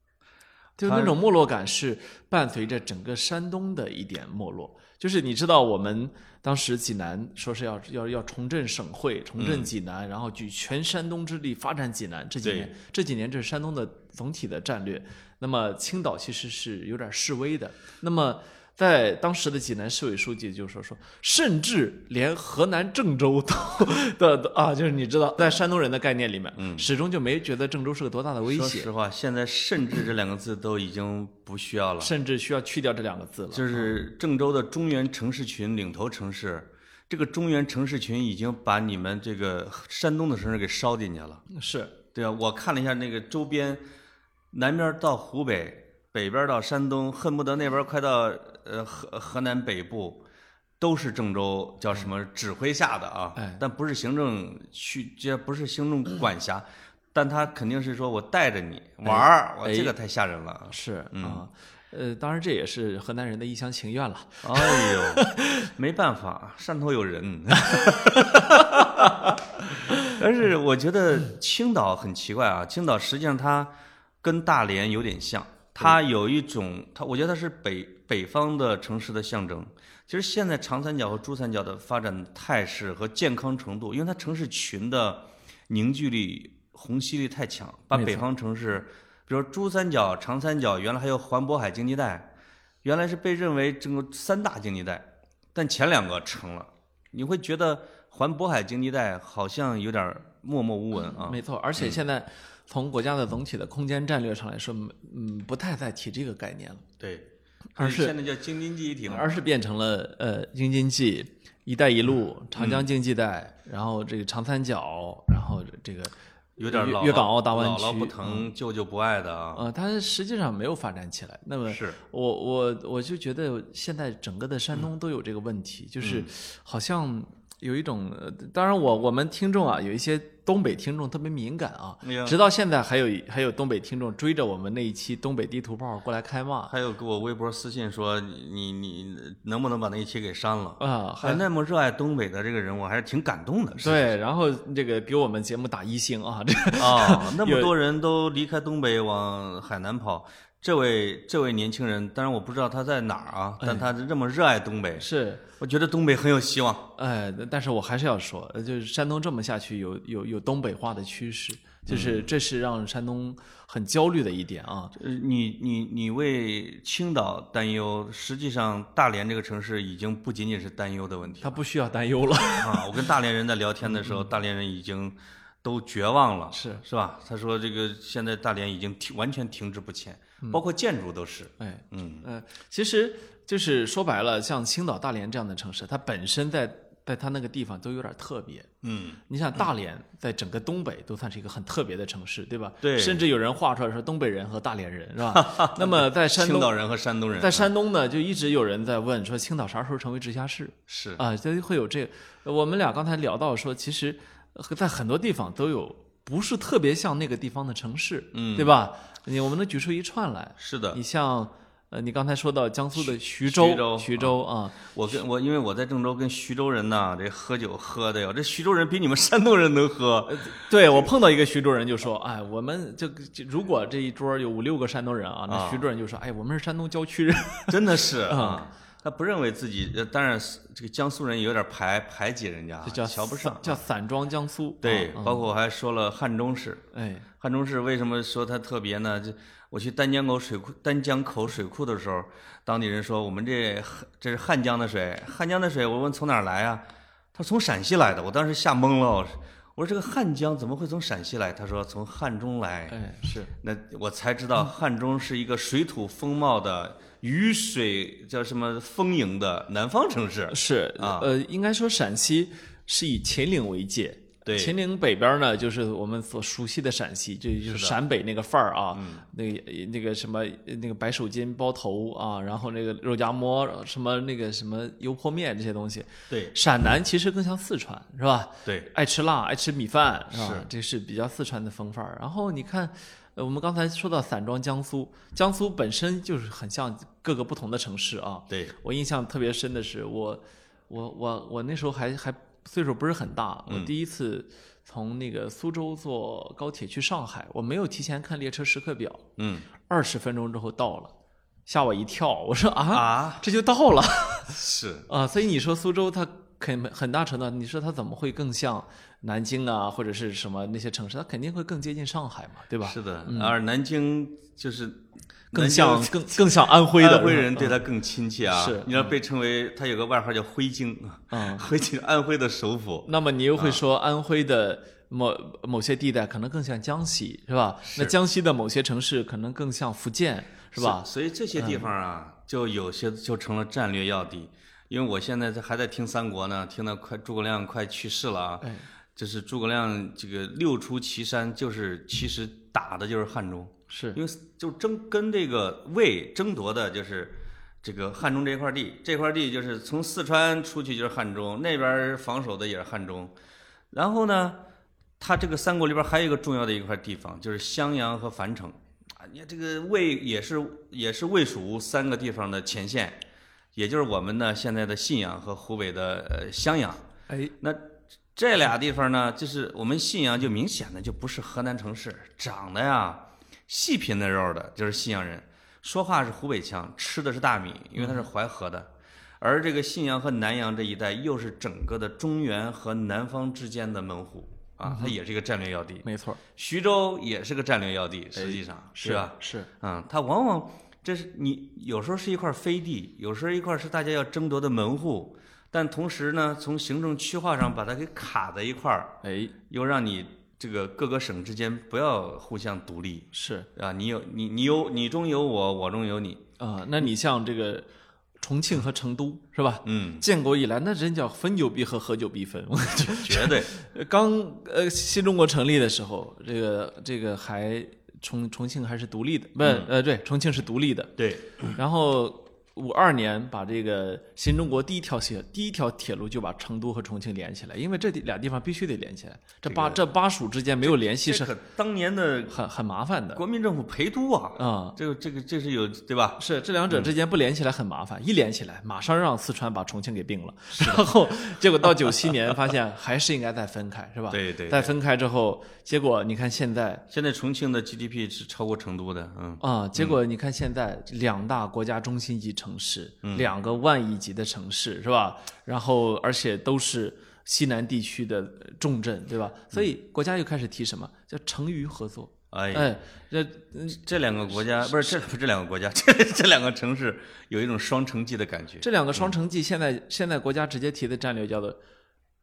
就是那种没落感是伴随着整个山东的一点没落。就是你知道，我们当时济南说是要要要重振省会，重振济南，然后举全山东之力发展济南。这几
对
年这几年这是山东的总体的战略。那么青岛其实是有点示威的。那么在当时的济南市委书记就说说，甚至连河南郑州都的的啊，就是你知道，在山东人的概念里面，始终就没觉得郑州是个多大的威
嗯说
胁，
实话，现在“甚至”这两个字都已经不需要了。
甚至需要去掉这两个字了。
就是郑州的中原城市群领头城市，这个中原城市群已经把你们这个山东的城市给烧进去了。
是，
对啊，我看了一下那个周边，南边到湖北，北边到山东，恨不得那边快到呃河河南北部，都是郑州叫什么指挥下的啊，
哎
但不是行政区，这不是行政管辖，但他肯定是说我带着你玩儿，我这个太吓人了啊。
是啊、呃，当然这也是河南人的一厢情愿了。
哎呦， *laughs* 没办法，山头有
*laughs*
人。但是我觉得青岛很奇怪啊，青岛实际上它跟大连有点像，它有一种它，我觉得它是北北方的城市的象征。其实现在长三角和珠三角的发展态势和健康程度，因为它城市群的凝聚力、虹吸力太强，把
没错
北方城市，比如珠三角、长三角，原来还有环渤海经济带，原来是被认为这个三大经济带，但前两个成了，你会觉得环渤海经济带好像有点默默无闻啊。
没错，而且现在从国家的总体的空间战略上来说，嗯，不太再提这个概念了。
对，
而是
现在叫京津冀一体嘛。
而是变成了呃京津冀、“一带一路”、
嗯
长江经济带，然后这个长三角，然后这个
有点
粤
老
粤港澳大湾
姥姥不
区，嗯
疼，舅舅不爱的啊。
呃，它实际上没有发展起来。那么
是，
我我我就觉得现在整个的山东都有这个问题，
嗯
就是好像有一种，呃当然我我们听众啊，有一些东北听众特别敏感啊
哎呀，
直到现在还有一还有东北听众追着我们那一期东北地图炮过来开骂
还有给我微博私信说你你你能不能把那一期给删了？
啊，还
还那么热爱东北的这个人，我还是挺感动的。是
对，然后这个给我们节目打一星啊，这 *laughs*
啊，那么多人都离开东北往海南跑。这位这位年轻人，当然我不知道他在哪儿啊，
哎
但他这么热爱东北，
是，
我觉得东北很有希望。
哎，但是我还是要说，呃就是山东这么下去有，有有东北化的趋势，
嗯
就是这是让山东很焦虑的一点啊。
呃，你你你为青岛担忧，实际上大连这个城市已经不仅仅是担忧的问题
他不需要
*laughs*
担忧了，
啊！我跟大连人在聊天的时候，大连人已经都绝望了，
是
是吧？他说这个现
嗯
在大连已经停完全停滞不前，包括建筑都是。
哎，
嗯，
呃，其实就是说白了，像青岛、大连这样的城市，它本身在在它那个地方都有点特别。
嗯，
你想，大连在整个东北都算是一个很特别的城市，对吧？
对
甚至有人画出来说东北人和大连人
*laughs*
是吧？那么在山
青岛
东，
人和山东人嗯
在山东呢，就一直有人在问说青岛啥时候成为直辖市？
是
啊，就会有这个。我们俩刚才聊到说，其实呃在很多地方都有不是特别像那个地方的城市，嗯，对吧？你我们能举出一串来。
是的
你，像呃，你刚才说到江苏的
徐
徐州，
州
啊，
我跟我因为我在郑州跟徐州人呐，这喝酒喝的哟，这徐州人比你们山东人能喝，
呃对我碰到一个徐州人就说，哎，我们这个这如果这一桌有五六个山东人啊，那
啊
徐州人就说，哎，我们是山东郊区人，
*laughs* 真的是
啊
啊。他不认为自己，呃当然是这个江苏人有点排排挤人家啊
这
*laughs*
叫，
瞧不
散
上。
叫散装江苏。
对，
啊
包括我还说了汉中市，
哎，
汉中市为什么说它特别呢？这我去丹江口水库、丹江口水库的时候，当地人说我们这这是汉江的水，汉江的水，我问从哪儿来啊？他说从陕西来的，我当时吓懵了，我说这个汉江怎么会从陕西来？他说从汉中来，
哎，是
那我才知
嗯
道汉中是一个水土风貌的雨水叫什么丰盈的南方城市，
是
啊
呃，应该说陕西是以秦岭为界。
对
秦岭北边呢，就是我们所熟悉的陕西，这就是陕北那个范儿啊，那个那个什么那个白手巾包头啊，然后那个肉夹馍，什么那个什么油泼面这些东西。
对
陕南其实更像四川，是吧？
对，
爱吃辣，爱吃米饭，是吧？这是比较四川的风范儿。然后你看，呃，我们刚才说到散装江苏，江苏本身就是很像各个不同的城市啊。
对，
我印象特别深的是，我我我我那时候还还岁数不是很大，
嗯
我第一次从那个苏州坐高铁去上海，我没有提前看列车时刻表，
嗯
二十分钟之后到了，吓我一跳，我说啊，
啊
这就到了。 *laughs*
是
啊，所以你说苏州它肯很大程度，你说它怎么会更像南京啊，或者是什么那些城市？它肯定会更接近上海嘛，对吧？嗯
是的，而南京就是
更
南京
像更更像安徽的
安徽
是吧嗯
人对他更亲切啊。
是
你知道被称为他有个外号叫徽京 *laughs*
嗯，
徽京安徽的首府。
那么你又会说安徽的某某些地带可能更像江西，是吧？那江西的某些城市可能更像福建，是吧？嗯
所以这些地方啊，就有些就成了战略要地。因为我现在在还在听三国呢，听到快诸葛亮快去世了啊，
哎
就是诸葛亮这个六出祁山，就是其实打的就是汉中，
是
因为就争跟这个魏争夺的就是这个汉中这块地，这块地就是从四川出去就是汉中，那边防守的也是汉中，然后呢，它这个三国里边还有一个重要的一块地方就是襄阳和樊城啊，你看这个魏也是也是魏蜀吴三个地方的前线，也就是我们呢现在的信阳和湖北的呃襄阳。
哎，
那这俩地方呢，就是我们信阳就明显的就不是河南城市，长得呀细皮嫩肉的，就是信阳人，说话是湖北腔，吃的是大米，因为它是淮河的。而这个信阳和南阳这一带，又是整个的中原和南方之间的门户啊，它也是一个战略要地。
没错，
徐州也是个战略要地，实际
哎
上是吧？？
是
啊，它往往这是你有时候是一块飞地，有时候一块是大家要争夺的门户，但同时呢，从行政区划上把它给卡在一块儿，
哎，
又让你这个各个省之间不要互相独立
是
啊，你有你你有你中有我，我中有你，
啊、那你像这个重庆和成都，是吧？
嗯，
建国以来，那真叫分久必合，合久必分。我 *laughs* 觉得
绝对
呃刚呃新中国成立的时候，这个这个还重重庆还是独立的，不、呃对，重庆是独立的。
对，
然后五二年把这个新中国第一条铁第一条铁路就把成都和重庆连起来，因为这地俩地方必须得连起来，这巴这巴蜀之间没有联系
这
是
可当年的
很很麻烦的
国民政府陪都啊，
啊。
这个这个这是有对吧？
嗯是这两
嗯
者之间不连起来很麻烦，一连起来马上让四川把重庆给并了， *laughs* 然后结果到九七年发现还是应该再分开，是吧？
对对
再分开之后，结果你看现在
现在重庆的 GDP 是超过成都的，嗯，
啊、结果你看现在两大国家中心级城市，
嗯
两个万亿级的城市是吧？然后而且都是西南地区的呃重镇，对吧？所以国家又开始提什么叫成渝合作，
嗯哎
哎，这嗯
这两个国家不是这不是这两个国家， *laughs* 这这两个城市有一种双城记的感觉。
这两个双城记，现在现在
啊
国家直接提的战略叫做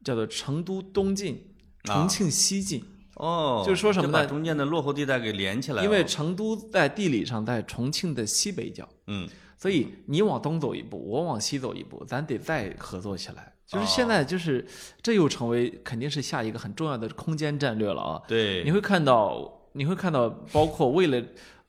叫做成都东进，重庆西进。
哦，
就是说什么呢
就把中间的落后地带给连起来了，哦
因为成都在地理上在重庆的西北角，
嗯，
所以你往东走一步，我往西走一步，咱得再合作起来。就是
哦
现在，就是这又成为肯定是下一个很重要的空间战略了啊！
对，
你会看到，你会看到，包括为了，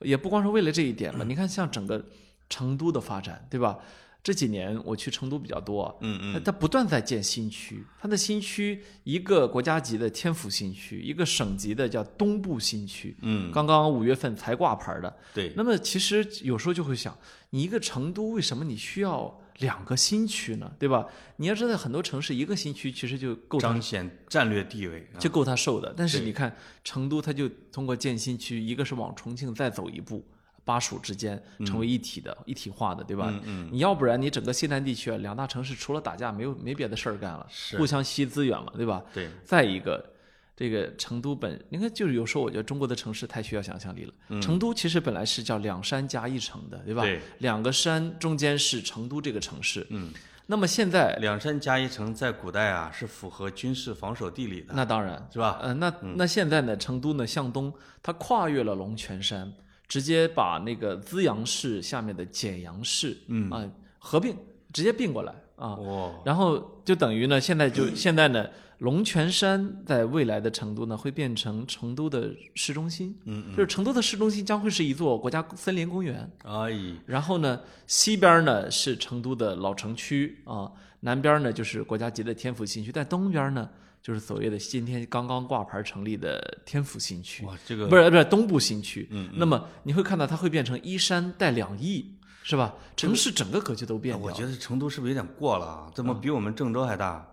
也不光是为了这一点吧。你看，像整个成都的发展，对吧？这几年我去成都比较多，啊
嗯嗯，
它它不断在建新区，它的新区一个国家级的天府新区，一个省级的叫东部新区，
嗯，
刚刚五月份才挂牌儿的。
对，
那么其实有时候就会想，你一个成都为什么你需要两个新区呢？对吧？你要知道很多城市一个新区其实就够它
彰显战略地位，啊
就够它受的，但是
对
你看成都，它就通过建新区，一个是往重庆再走一步。巴蜀之间成为一体的、一体化的，对吧？
嗯嗯
你要不然你整个西南地区啊，两大城市除了打架没有没别的事儿干了，
是
互相吸资源嘛，对吧？
对，
再一个，这个成都本应该就是有时候我觉得中国的城市太需要想象力了。成都其实本来是叫两山加一城的，对吧？
嗯对
两个山中间是成都这个城市。嗯，那么现在
两山加一城在古代啊是符合军事防守地理的，
那当然
是吧？嗯
呃，那那现在呢，成都呢向东，它跨越了龙泉山，直接把那个资阳市下面的简阳市，嗯啊、合并，直接并过来啊。
哦，
然后就等于呢，现在就现在呢，龙泉山在未来的成都呢，会变成成都的市中心，嗯就是成都的市中心将会是一座国家森林公园。
哎，
然后呢，西边呢是成都的老城区啊，南边呢就是国家级的天府新区，但东边呢就是所谓的今天刚刚挂牌成立的天府新区，
哇，这个
不是不是东部新区。嗯，那么你会看到它会变成一山带两翼，是吧？城市整个格局都变嗯
我
掉。
觉得成都是不是有点过了啊？怎么比我们郑州还大？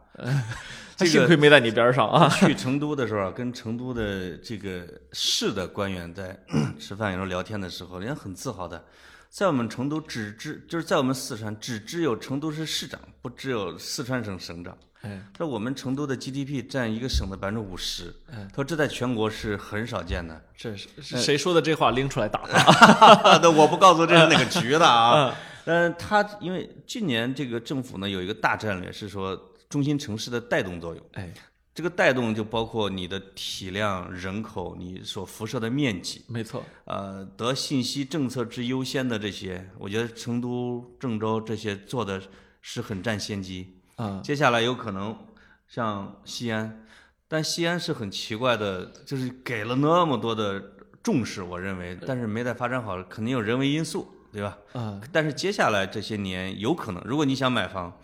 他
这个
幸亏没在你边上 *laughs* 啊。
去成都的时候啊，跟成都的这个市的官员在 *clears throat* 吃饭，有时候聊天的时候，人家很自豪的，在我们成都只知就是在我们四川只知有成都市市长，不只有四川省省长。
哎，
那我们成都的 GDP 占一个省的百分之五十，他说这在全国是很少见的。 *laughs*
这是是谁说的这话拎出来打他？
那我不告诉这是哪个局的啊。嗯，他因为近年这个政府呢有一个大战略是说中心城市的带动作用。
哎，
这个带动就包括你的体量、人口、你所辐射的面积，
没错，
呃，得信息政策之优先的这些，我觉得成都、郑州这些做的是很占先机。
啊、
接下来有可能像西安，但西安是很奇怪的，就是给了那么多的重视，我认为，但是没再发展好，肯定有人为因素，对吧？
啊、
但是接下来这些年有可能，如果你想买房，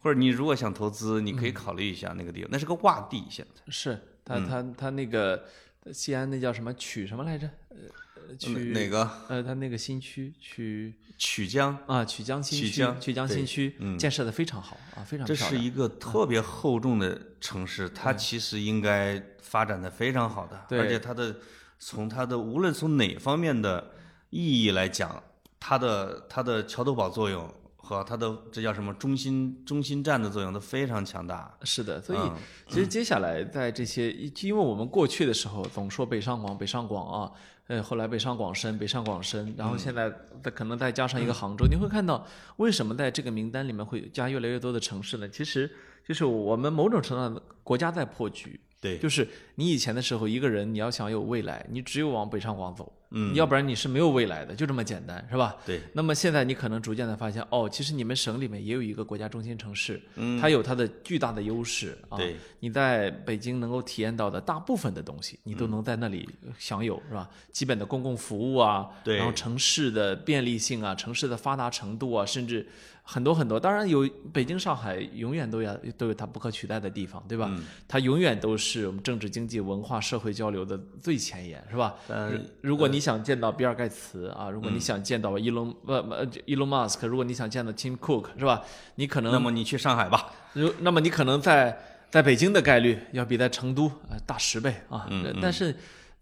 或者你如果想投资，你可以考虑一下那个地方，那是个洼地现在。
是他他他那个西安那叫什么曲什么来着？呃，曲
哪哪个？
呃，他那个新区曲
曲江，
啊曲江新
曲
区
江
曲江新
对
区、
嗯
建设的非常好啊，非常
这
漂
是
亮。嗯
一个特别厚重的城市，它其实应该发展的非常好的，
对
而且它的从它的无论从哪方面的意义来讲，它的它的桥头堡作用和它的这叫什么中心中心站的作用都非常强大。
是的，所以
嗯
其实接下来在这些，因为我们过去的时候总说北上广，北上广啊，呃，后来北上广深，北上广深，然
嗯
后现在再可能再加上一个杭州，你会看到为什么在这个名单里面会加越来越多的城市呢？其实就是我们某种程度上的国家在破局，
对，
就是你以前的时候，一个人你要想有未来，你只有往北上广走，嗯，要不然你是没有未来的，就这么简单，是吧？
对，
那么现在你可能逐渐的发现，哦，其实你们省里面也有一个国家中心城市，嗯，它有它的巨大的优势啊。
对，
你在北京能够体验到的大部分的东西，你都能在那里享有，是吧？基本的公共服务啊，
对
然后城市的便利性啊，城市的发达程度啊，甚至很多很多。当然有北京、上海永远都要都有它不可取代的地方，对吧？
嗯
它永远都是我们政治、经济、文化、社会交流的最前沿，是吧？
但
如呃如果你想见到比尔盖茨啊，如果你想见到伊隆呃呃伊隆马斯克，如果你想见到 Tim Cook 是吧？你可
*laughs* 那
能
么你去上海吧，
如那么你可能在在北京的概率要比在成都呃大十倍啊，但是。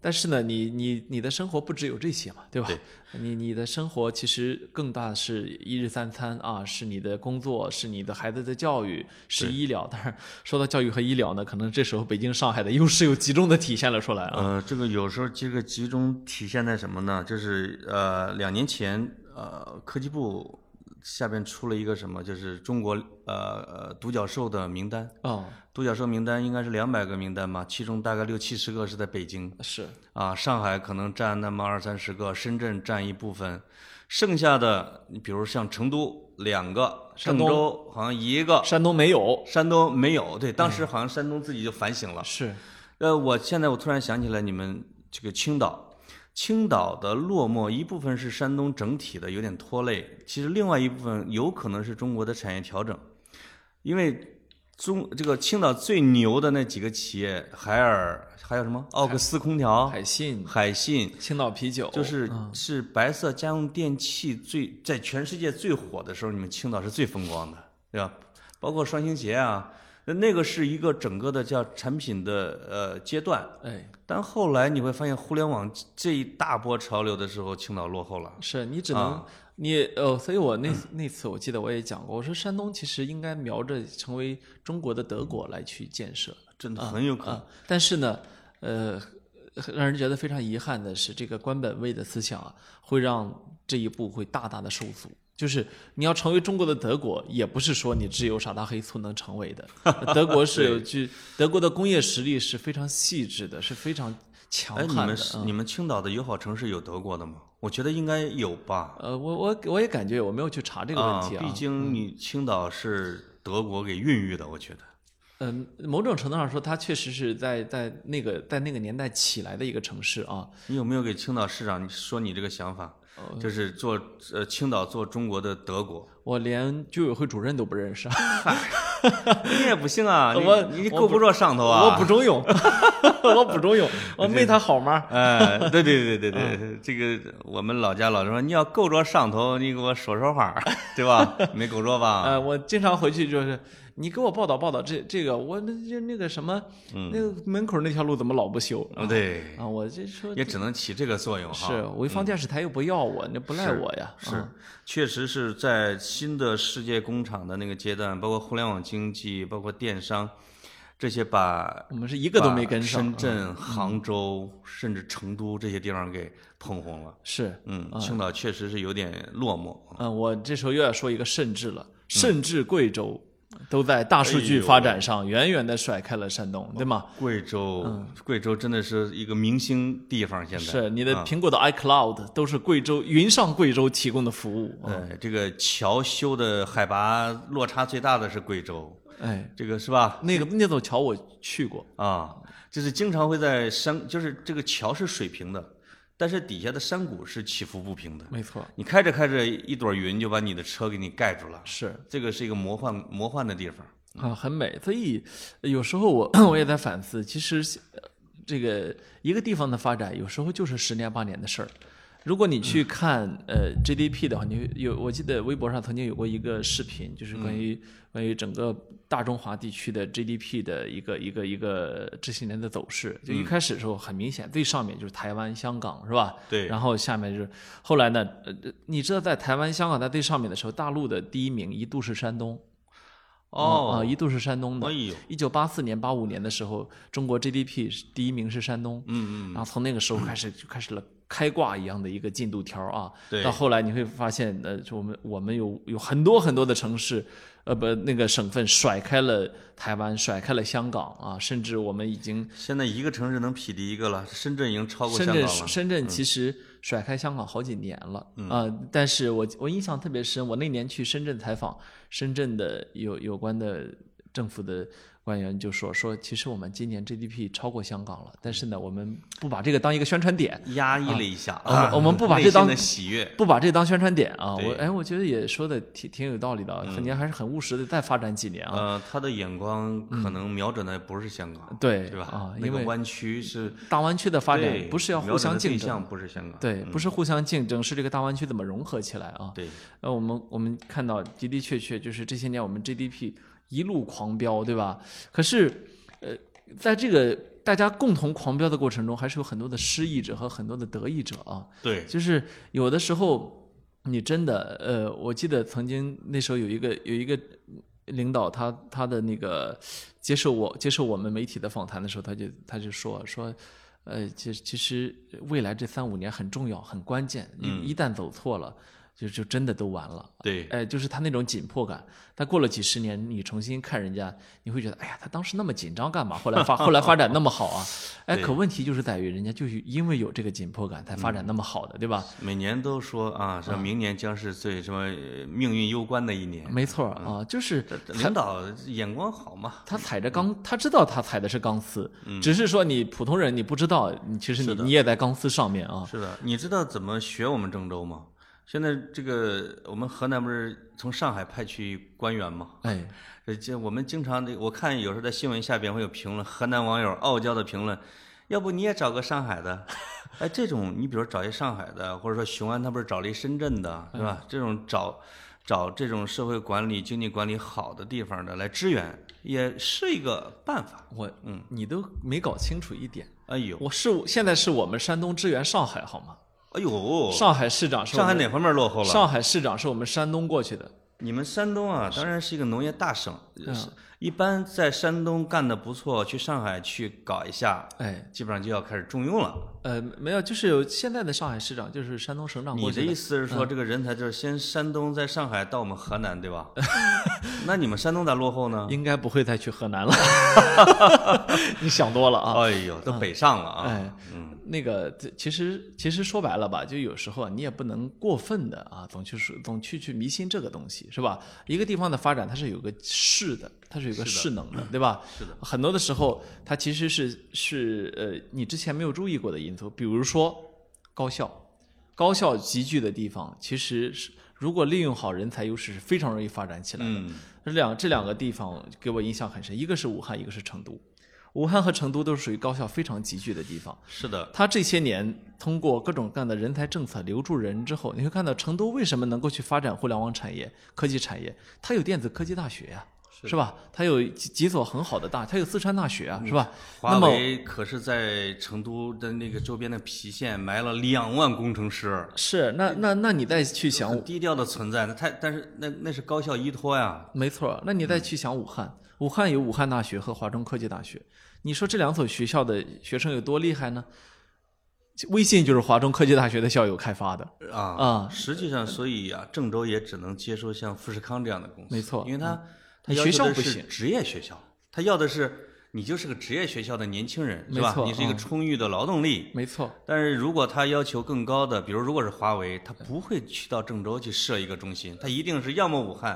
但是呢，你你你的生活不只有这些嘛，对吧？你你的生活其实更大是一日三餐啊，是你的工作，是你的孩子的教育，是医疗。但是说到教育和医疗呢，可能这时候北京、上海的优势又集中的体现了出来啊。
呃，这个有时候这个集中体现在什么呢？就是呃，两年前呃，科技部下边出了一个什么，就是中国呃呃独角兽的名单，
哦，
独角兽名单应该是两百个名单吧，其中大概六七十个是在北京，
是，
啊，上海可能占那么二三十个，深圳占一部分，剩下的你比如像成都两个，
山
郑
东
州好像一个，
山东没有，
山东没有。对，当时好像山东自己就反省了。
是，
呃，我现在我突然想起来，你们这个青岛，青岛的落寞一部分是山东整体的有点拖累，其实另外一部分有可能是中国的产业调整，因为中这个青岛最牛的那几个企业，海尔还有什么奥克斯空调、
海信、
海信。
青岛啤酒，
啊就是是白色家用电器最在全世界最火的时候，你们青岛是最风光的，对吧？包括双星鞋啊，那那个是一个整个的叫产品的呃阶段，
哎，
但后来你会发现互联网这一大波潮流的时候，青岛落后了。
是你只
啊
能你呃，所以我那那次我记得我也讲过，我说山东其实应该瞄着成为中国的德国来去建设，
真的很有可能，
啊，但是呢，呃，让人觉得非常遗憾的是，这个官本位的思想啊，会让这一步会大大的受阻。就是你要成为中国的德国，也不是说你只有傻大黑粗能成
*laughs*
为的。德国是有具德国的工业实力是非常细致的，是非常强
哎，你
悍的啊
们。
嗯
是你们青岛的友好城市有德国的吗？我觉得应该有吧。
呃，我我我也感觉我没有去查这个问题啊
毕。竟你青岛是德国给孕育的，我觉得。
嗯、某种程度上说，它确实是在在那个在那个年代起来的一个城市啊。
你有没有给青岛市长说你这个想法？
哦
就是做呃青岛做中国的德国，
我连居委会主任都不认识。啊
你也不行
*laughs*
啊，你
我
你
我
够不着上头啊！
我补中用， *laughs* 我补中用，我没他
*laughs*
好吗？
哎，对对对对
嗯
对，这个我们老家老说你要够着上头，你给我说说话儿， *laughs* 对吧？没够着吧？
*laughs* 呃，我经常回去就是，你给我报道报道这这个，我那就那个什么，那个门口那条路怎么老不修？
嗯，对，
啊，我这说
也只能起这个作用哈。
是嗯潍坊电视台又不要我，那不赖我呀。啊
是，确实是在新的世界工厂的那个阶段，包括互联网经济，包括电商，这些把
我们是一个都没跟上。
啊
啊嗯
深圳、杭州甚至成都这些地方给捧红了。
是，
嗯，青岛确实是有点落寞。
嗯，我这时候又要说一个甚至了，
嗯
甚至贵州都在大数
哎
据发展上远远的甩开了山东，对吗？
贵州，贵州真的是一个明星地方，现在
嗯
啊
是嗯你的苹果的 iCloud 都是贵州云上贵州提供的服务。啊
呃，这个桥修的海拔落差最大的是贵州，
哎，
这个是吧？
那个那座桥我去过，
啊，就是经常会在山，就是这个桥是水平的，但是底下的山谷是起伏不平的。
没错，
你开着开着，一朵云就把你的车给你盖住了，
是
这个是一个魔幻魔幻的地方。
啊，很美。所以有时候我 *coughs* 我也在反思，其实呃这个一个地方的发展，有时候就是十年八年的事儿。如果你去看呃 GDP 的话，你有我记得微博上曾经有过一个视频，就是关于、关于整个大中华地区的 GDP 的一个一个一个这些年的走势。就一开始的时候很明显，最上面就是台湾、香港，是吧？
对
然后下面就是后来呢，呃，你知道在台湾、香港在最上面的时候，大陆的第一名一度是山东。啊、
哦，
一度是山东
哎
的。
呦，
一九八四年、八五年的时候，中国 GDP 是第一名是山东，
嗯嗯，
然后从那个时候开始就开始了开挂一样的一个进度条啊。
对
到后来你会发现，呃，就我们我们有有很多很多的城市，呃，不，那个省份甩开了台湾，甩开了香港啊，甚至我们已经
现在一个城市能匹敌一个了，深圳已经超过
深
香港
圳
了。嗯
深圳其实甩开香港好几年了啊、但是我我印象特别深，我那年去深圳采访，深圳的有有关的政府的官员就说说，其实我们今年 GDP 超过香港了，但是
嗯
呢，我们不把这个当一个宣传点，
压抑了一下，
啊
啊
我们我们不把
内
这
心
当
的喜悦，
不把这当宣传点啊。
对嗯
我哎，我觉得也说的挺挺有道理的啊，肯定还是很务实的，再发展几年啊。嗯
呃，他的眼光可能瞄准的不是香港，
对，
对吧？
啊，
那
因
个
为
湾区是
大湾区的发
嗯对
展不是要互
瞄准
相
的对
竞争，
象嗯不是香港，
对，不是互相竞争，是这个大湾区怎么融合起来啊？
对，
呃，我们我们看到的的确确就是这些年我们 GDP 一路狂飙，对吧？可是，呃，在这个大家共同狂飙的过程中，还是有很多的失意者和很多的得意者啊。
对，
就是有的时候，你真的，呃，我记得曾经那时候有一个有一个领导他，他的那个接受我接受我们媒体的访谈的时候，他就他就说说，呃，其实其实未来这三五年很重要很关键，一一旦走错了，就就真的都完了。
对，
哎，就是他那种紧迫感，他过了几十年，你重新看人家，你会觉得，哎呀，他当时那么紧张干嘛？后来发后来发展那么好啊，
*laughs*
哎，
对
可问题就是在于人家就是因为有这个紧迫感才发
嗯
展那么好的，对吧？
每年都说啊，
嗯
说明年将是最什么呃命运攸关的一年。
没错儿啊，就是
嗯这这领导眼光好嘛？
他踩着钢，他知道他踩的是钢丝，
嗯
只是说你普通人你不知道，你其实你你也在钢丝上面啊。
是的，你知道怎么学我们郑州吗？现在这个我们河南不是从上海派去官员吗？
哎，
呃，这我们经常这，我看有时候在新闻下边会有评论，河南网友傲娇的评论，要不你也找个上海
*laughs*
的，哎，这种你比如找一上海的，或者说雄安他不是找了一深圳的，
嗯
是吧？这种找找这种社会管理、经济管理好的地方的来支援，也是一个办法。
我嗯，你都没搞清楚一点，
哎呦，
我是我现在是我们山东支援上海好吗？
哎呦，
上海市长是我
上海
们
哪方面落后了？
上海市长是我们山东过去的，
你们山东啊，当然是一个农业大省，
嗯
是一般在山东干的不错，去上海去搞一下，
哎，
基本上就要开始重用了。
呃，没有，就是有现在的上海市长就是山东省长过
你的
去的嗯
意，思是说，这个人才就是先山东在上海到我们河南，对
*laughs*
吧？那你们山东咋落后呢？
应该不会再去
*laughs*
河南了， *laughs* 你想多了啊。
哎呦，都北上了啊！
哎，那个，这其实其实说白了吧，就有时候啊，你也不能过分的啊，总去说总去去迷信这个东西，是吧？一个地方的发展，它是有个势的，它是有个势能的，对吧？
是的，
很多的时候，它其实是是呃，你之前没有注意过的因素，比如说高校，高校集聚的地方，其实是如果利用好人才优势，是非常容易发展起来的。
嗯，
这两这两个地方给我印象很深，一个是武汉，一个是成都。武汉和成都都是属于高校非常集聚的地方。呃
是的，
他这些年通过各种各样的人才政策留住人之后，你会看到成都为什么能够去发展互联网产业、科技产业？它有电子科技大学呀、是吧？它有几几所很好的大，它有四川大学啊，是吧？
华
那么
为可是在成都的那个周边的郫县埋了两万工程师，
是那那那你再去想
很低调的存在。那太，但是那那是高校依托呀。
没错，那你再去想武汉，武汉有武汉大学和华中科技大学，你说这两所学校的学生有多厉害呢？微信就是华中科技大学的校友开发的，
啊
啊
实际上，所以啊，郑州也只能接受像富士康这样的公司，
没错
因
嗯
为它它
你
要
学
求的
校不
是
行
职业学校，它要的是你就是个职业学校的年轻人，是
没
吧？
错
你是一个
嗯
充裕的劳动力。
没错，
但是如果它要求更高的，比如如果是华为，它不会去到郑州去设一个中心，它一定是要么武汉，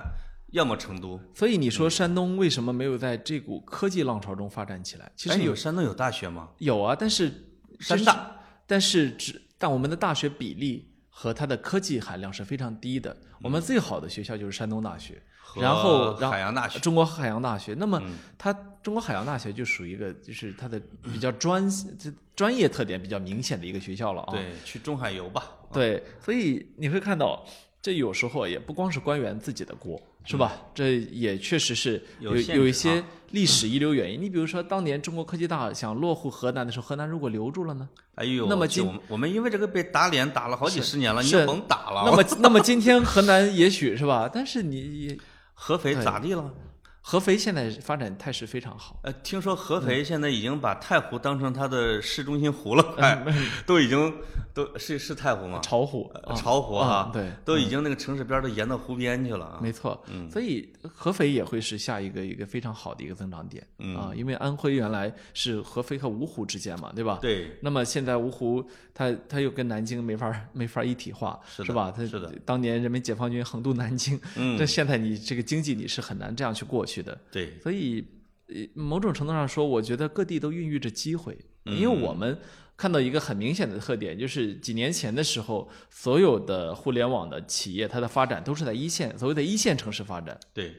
要么成都。
所以你说山东为什么没有在这股科技浪潮中发展起来？其
哎
实
你
有、
们山东有大学吗？
有啊，但是
山
但
大
是但是只但我们的大学比例和它的科技含量是非常低的。我们最好的学校就是山东大学，
和
然后然后
海洋大学嗯
中国海洋大学。那么它中国海洋大学就属于一个就是它的比较专这专业特点比较明显的一个学校了啊。
对，去中海游吧。
对，所以你会看到，这有时候也不光是官员自己的锅，是吧？这也确实是
嗯有
有
限
有一
制啊
些历史遗留原因。你比如说，当年中国科技大想落户河南的时候，河南如果留住了呢？
哎呦，
那么
我去
今
我们我们因为这个被打脸打了好几十年了，你
是
就甭打了。
那么，
*laughs*
那么今天河南也许是吧？但是你也
合肥咋地了？
合肥现在发展态势非常好，
呃，听说合
嗯
肥现在已经把太湖当成它的市中心湖了，快、 *laughs* 都已经都是是太湖吗？
巢湖
呃
啊，
巢湖啊
啊，对嗯
都已经那个城市边儿都沿到湖边去了啊。
没错，所以合肥也会是下一个一个非常好的一个增长点
嗯
啊，因为安徽原来是合肥和芜湖之间嘛，对吧？
对，
那么现在芜湖，它它又跟南京没法儿没法儿一体化，
是
是
的
吧？它
是的，
当年人民解放军横渡南京，
嗯
这现在你这个经济你是很难这样去过去的。
对，
所以，呃某种程度上说，我觉得各地都孕育着机会，因为我们看到一个很明显的特点，就是几年前的时候，所有的互联网的企业它的发展都是在一线，所谓的一线城市发展。
对，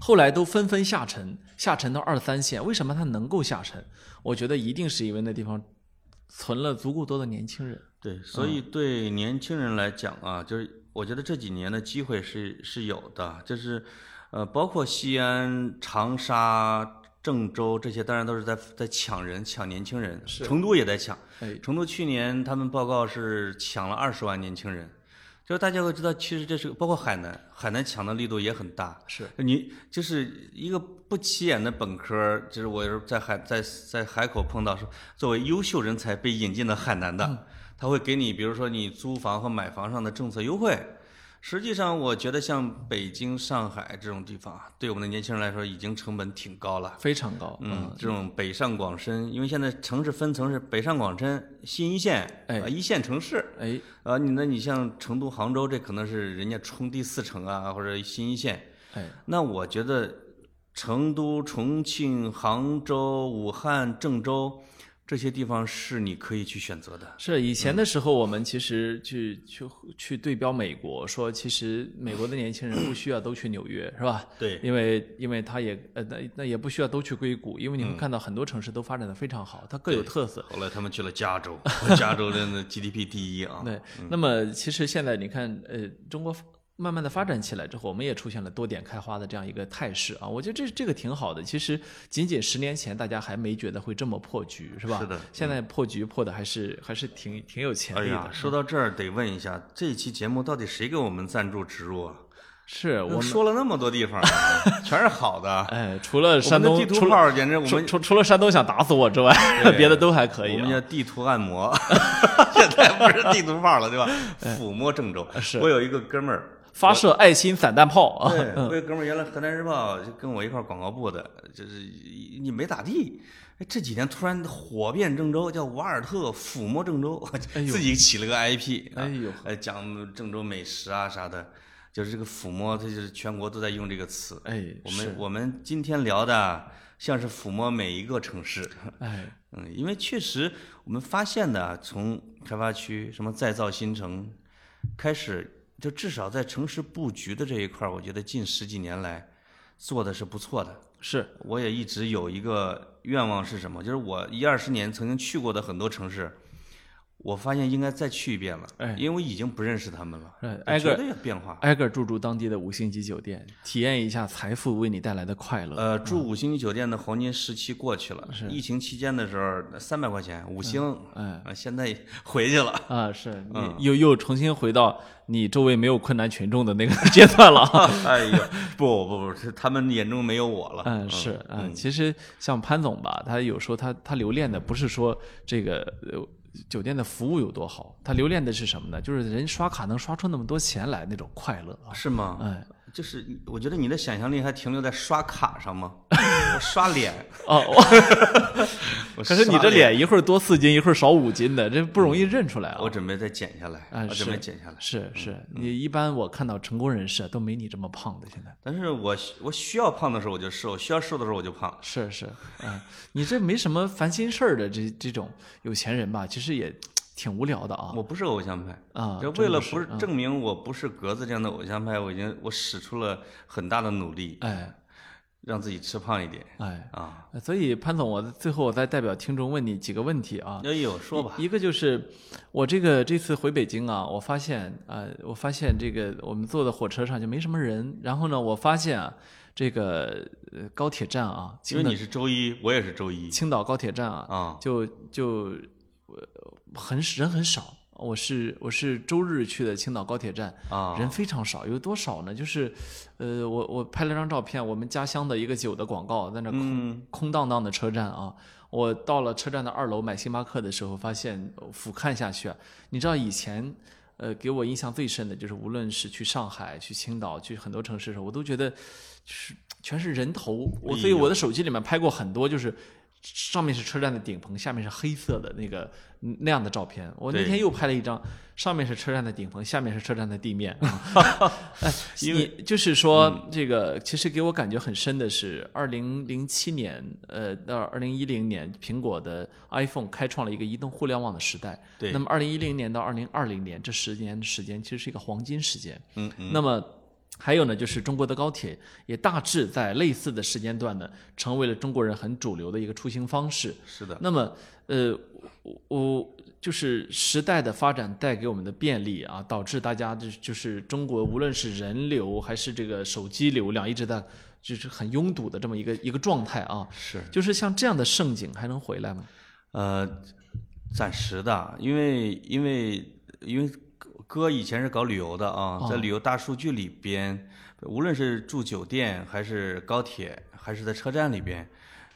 后来都纷纷下沉，下沉到二三线。为什么它能够下沉？我觉得一定是因为那地方存了足够多的年轻人。
对，所
嗯
以对年轻人来讲啊，就是我觉得这几年的机会是是有的，就是呃，包括西安、长沙、郑州这些，当然都是在在抢人、抢年轻人，
是
成都也在抢。
哎，
成都去年他们报告是抢了二十万年轻人，就是大家会知道，其实这是包括海南，海南抢的力度也很大。
是
你就是一个不起眼的本科，就是我有时候在海在在海口碰到说，作为优秀人才被引进到海南的，他会给你比如说你租房和买房上的政策优惠，实际上，我觉得像北京、上海这种地方啊，对我们的年轻人来说，已经成本挺高了。
非常高，
嗯，这种北上广深，因为现在城市分层是北上广深、新一线、
哎
呃一线城市，
哎，
啊，你那你像成都、杭州，这可能是人家冲第四城啊，或者新一线。
哎，
那我觉得成都、重庆、杭州、武汉、郑州这些地方是你可以去选择的。
是以
嗯
前的时候，我们其实去、去去对标美国，说其实美国的年轻人不需要都去纽约，是吧？
对
因为因为他也呃，那那也不需要都去硅谷，因为你
嗯
会看到很多城市都发展的非常好，它各有特色。
后来他们去了加 *laughs* 州，加州真的 GDP 第一啊。
对，那么其实现在你看，呃，中国慢慢的发展起来之后，我们也出现了多点开花的这样一个态势啊，我觉得这这个挺好的。其实仅仅十年前，大家还没觉得会这么破局，是吧？
是的嗯
现在破局破的还是还是挺挺有潜
哎
力的。
呀，说到这儿得问一下，这期节目到底谁给我们赞助植入啊？
是我
我
们
说了那么多地方啊，全是好的。
哎，除了
我
山
们的地
东，除
图
了
炮简直我
除
们
除除了山东想打死我之外， *laughs* 别的都还 *laughs* 可以、
我
啊。
们叫地图按摩， *laughs* 现在不是地图炮了，
*laughs*
对吧？抚摸郑州。
呃是
我有一个哥们儿，
发射爱心散弹炮啊！
*laughs* 对，我有哥们儿原来河南日报就跟我一块儿广告部的，就是你没咋地，哎这几年突然火遍郑州，叫瓦尔特抚摸郑州，自己起了个 IP，啊
哎呦，
呃，讲郑州美食啊啥的，就是这个抚摸，它就是全国都在用这个词。
哎，
我
是
们我们今天聊的像是抚摸每一个城市，
哎，
嗯，因为确实我们发现的啊，从开发区什么再造新城开始，就至少在城市布局的这一块儿，我觉得近十几年来做的是不错的。
是
我也一直有一个愿望是什么？就是我一二十年曾经去过的很多城市，我发现应该再去一遍了，
哎
因为我已经不认识他们了，
哎
我
挨个
绝对有变化。
挨个入住当地的五星级酒店，体验一下财富为你带来的快乐。
呃，住五星级酒店的黄金时期过去了，疫情期间的时候三百块钱五星，
哎
啊，现在回去了。
啊，是你
嗯
又又重新回到你周围没有困难群众的那个阶段了
*laughs*
啊。 *laughs*
哎呦，不不不，是他们眼中没有我了。
嗯，是嗯，其实像潘总吧，他有时候他他留恋的不是说这个呃酒店的服务有多好，他留恋的是什么呢？就是人刷卡能刷出那么多钱来那种快乐啊。
是吗？
哎，
就是你我觉得你的想象力还停留在刷卡上
*laughs*
吗？我刷脸，
哦，我
我
可是你
刷
这，脸一会儿多四斤，一会儿少五斤的，这不容易认出来啊。
我准备再减下来，
啊
我准
是
备减下来。
是是，你一般我看到成功人士都没你这么胖的，现在
但是我我需要胖的时候我就瘦，需要瘦的时候我就胖。
是是啊、你这没什么烦心事儿的这这种有钱人吧，其实也挺无聊的啊
我不是偶像派。
啊，
就
真
为了
是
不是证明我不是格子这样的偶像派，我已经我使出了很大的努力，
哎
让自己吃胖一点
哎，
啊。
所以潘总，我最后我再代表听众问你几个问题啊，
哎呦，说吧，
一个就是我这个这次回北京啊，我发现啊、呃我发现这个我们坐的火车上就没什么人，然后呢，我发现啊，这个呃高铁站啊，
因为你是周一，我也是周
*laughs*
一
青岛高铁站啊，
啊。
就就呃很人很少。我是我是周日去的青岛高铁站，
啊
人非常少，有多少呢？就是，呃，我我拍了张照片，我们家乡的一个酒的广告，在那空、空荡荡的车站啊。我到了车站的二楼买星巴克的时候，发现呃俯瞰下去啊，你知道以前，呃，给我印象最深的就是，无论是去上海、去青岛、去很多城市的时候，我都觉得是全是人头。我所以我的手机里面拍过很多，就是上面是车站的顶棚，下面是黑色的那个嗯那样的照片。我那
对
天又拍了一张，上面是车站的顶棚，下面是车站的
*laughs*
地面。哎，
因嗯
你就是说这个，其实给我感觉很深的是，二零零七年，呃，到二零一零年，苹果的 iPhone 开创了一个移动互联网的时代。
对
那么二零一零年到二零二零年这十年的时间，其实是一个黄金时间。
嗯
嗯。那么。还有呢，就是中国的高铁也大致在类似的时间段呢，成为了中国人很主流的一个出行方式。
是的，
那么，呃，我我就是时代的发展带给我们的便利啊，导致大家就是就是中国无论是人流还是这个手机流量一直在就是很拥堵的这么一个一个状态啊。
是
就是像这样的盛景还能回来吗？
呃，暂时的，因为因为因为哥以前是搞旅游的啊，在旅游大数据里边，无论是住酒店还是高铁，还是在车站里边，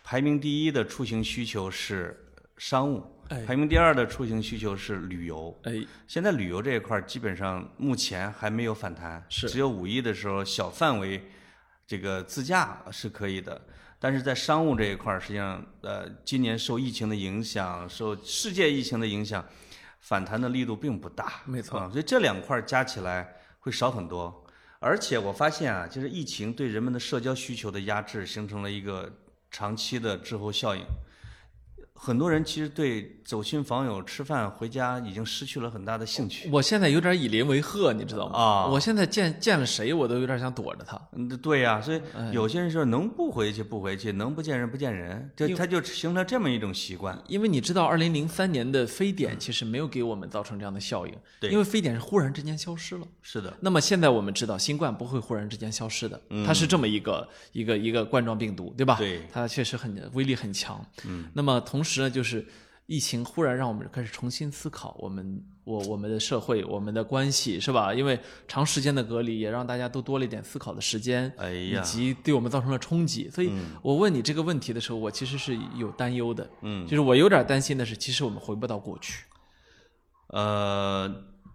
排名第一的出行需求是商务。
哎
排名第二的出行需求是旅游。
哎，
现在旅游这一块儿基本上目前还没有反弹，
是
只有五一的时候小范围这个自驾是可以的，但是在商务这一块儿，实际上呃，今年受疫情的影响，受世界疫情的影响，反弹的力度并不大，
没错
啊所以这两块儿加起来会少很多。而且我发现啊，就是疫情对人们的社交需求的压制，形成了一个长期的滞后效应。很多人其实对走亲访友、吃饭回家已经失去了很大的兴趣。
我现在有点以邻为壑，你知道吗？
啊
我现在见见了谁，我都有点想躲着他。
嗯，对呀、所以
哎
有些人说能不回去不回去，能不见人不见人，就他就形成这么一种习惯。
因为你知道，二零零三年的非典其实没有给我们造成这样的效应，
嗯对
因为非典是忽然之间消失了。
是的，
那么现在我们知道，新冠不会忽然之间消失的，它是这么一个一个一个冠状病毒，对吧？
嗯对
它确实很威力很强。嗯，那么同时呢，就是疫情忽然让我们开始重新思考我们我我们的社会、我们的关系，是吧？因为长时间的隔离也让大家都多了一点思考的时间，
哎
以
呀，嗯
及对我们造成了冲击。所以我问你这个问题的时候，我其实是有担忧的，嗯，就是我有点担心的是，其实我们回不到过去。
呃，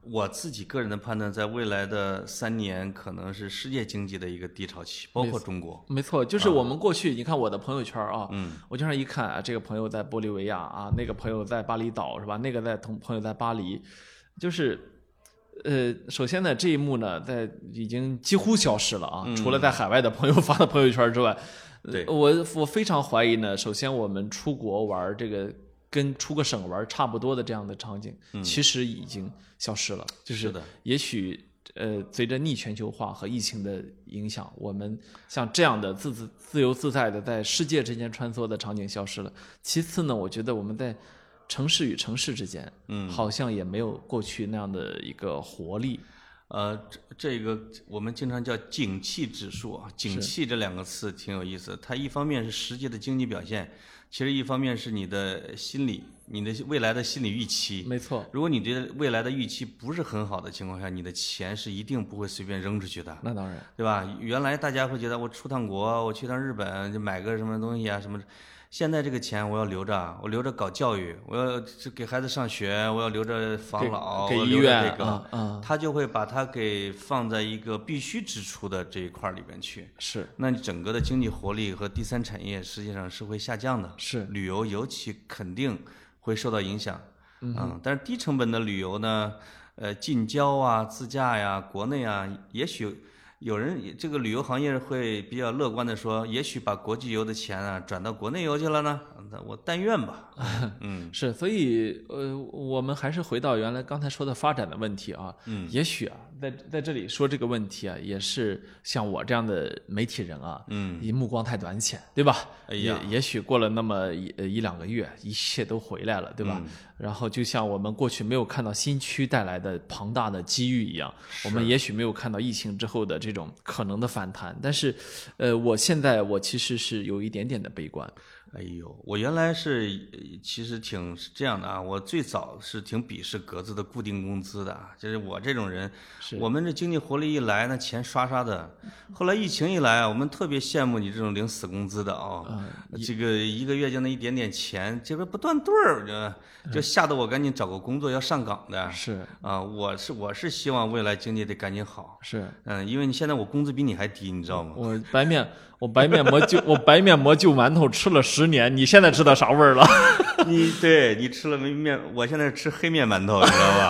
我自己个人的判断，在未来的三年可能是世界经济的一个低潮期，包括中国。
没错，就是我们过去，你看我的朋友圈啊，我经常一看啊，这个朋友在玻利维亚啊，那个朋友在巴厘岛是吧？那个在同朋友在巴黎，就是，呃，首先呢，这一幕呢，在已经几乎消失了啊，除了在海外的朋友发的朋友圈之外，呃
对
我我非常怀疑呢，首先我们出国玩儿这个。跟出个省玩儿差不多的这样的场景，其实已经消失了。就是
的，
也许呃，随着逆全球化和疫情的影响，我们像这样的自自自由自在的在世界之间穿梭的场景消失了。其次呢，我觉得我们在城市与城市之间，嗯，好像也没有过去那样的一个活力。
呃，这这个我们经常叫景气指数啊，景气这两个词挺有意思。它一方面是实际的经济表现，其实一方面是你的心理、你的未来的心理预期。
没错，
如果你对未来的预期不是很好的情况下，你的钱是一定不会随便扔出去的，
那当然，
对吧？原来大家会觉得我出趟国，我去趟日本就买个什么东西啊什么的，现在这个钱我要留着，啊我留着搞教育，我要这给孩子上学，我要留着防老，
给
我
给医
留着
院
这个，
啊啊，
他就会把它给放在一个必须支出的这一块儿里边去。
是
那你整个的经济活力和第三产业实际上是会下降的，
是
旅游尤其肯定会受到影响。嗯但是低成本的旅游呢，呃，近郊啊、自驾呀、国内啊，也许有人也这个旅游行业会比较乐观的说，也许把国际游的钱啊转到国内游去了呢。那我但愿吧。嗯，
是，所以呃，我们还是回到原来刚才说的发展的问题啊。嗯，也许啊，在在这里说这个问题啊，也是像我这样的媒体人啊，嗯，一目光太短浅，对吧？
哎
也
呀
也许过了那么一呃一两个月，一切都回来了，对
嗯
吧？然后就像我们过去没有看到新区带来的庞大的机遇一样，我们也许没有看到疫情之后的这种可能的反弹，但是，呃，我现在我其实是有一点点的悲观。
哎呦，我原来是呃其实挺是这样的啊，我最早是挺鄙视格子的固定工资的啊，就是我这种人，
是嗯
我们这经济活力一来，那钱刷刷的。 *laughs* 后来疫情一来啊，我们特别羡慕你这种领死工资的啊、
嗯
这个一个月就那一点点钱，结果不断对儿，就就吓得我赶紧找个工作要上岗的
嗯是
啊。我是我是希望未来经济得赶紧好，
是，
嗯，因为你现在我工资比你还低，你知道吗？
我白面，我白面馍就我白面馍就馒头吃了十年，你现在知道啥味儿了？ *laughs*
你对你吃了没面，我现在吃黑面馒头，你知道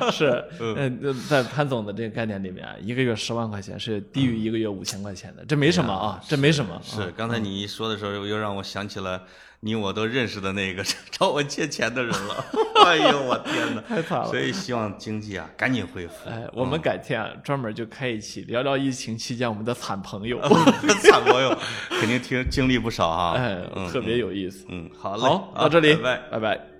吧？
*laughs* 是，
嗯
呃，在潘总的这个概念里面啊，一个月十万块钱是低于一个月五千块钱的，这没什么啊，这没什么啊。
是，刚才你一说的时候，又让我想起了你我都认识的那个 *laughs* 找我借钱的人了。 *laughs* 哎呦，我天哪！
太惨了
所以希望经济啊赶紧恢复。
哎，我们改天啊，专门就开一期聊聊疫情期间我们的惨
*laughs*
朋友，
*laughs* 惨朋友肯定听经历不少啊。
哎，
嗯
特别有意思。
嗯，好嘞，
好，
啊
到这里，
拜拜。
拜拜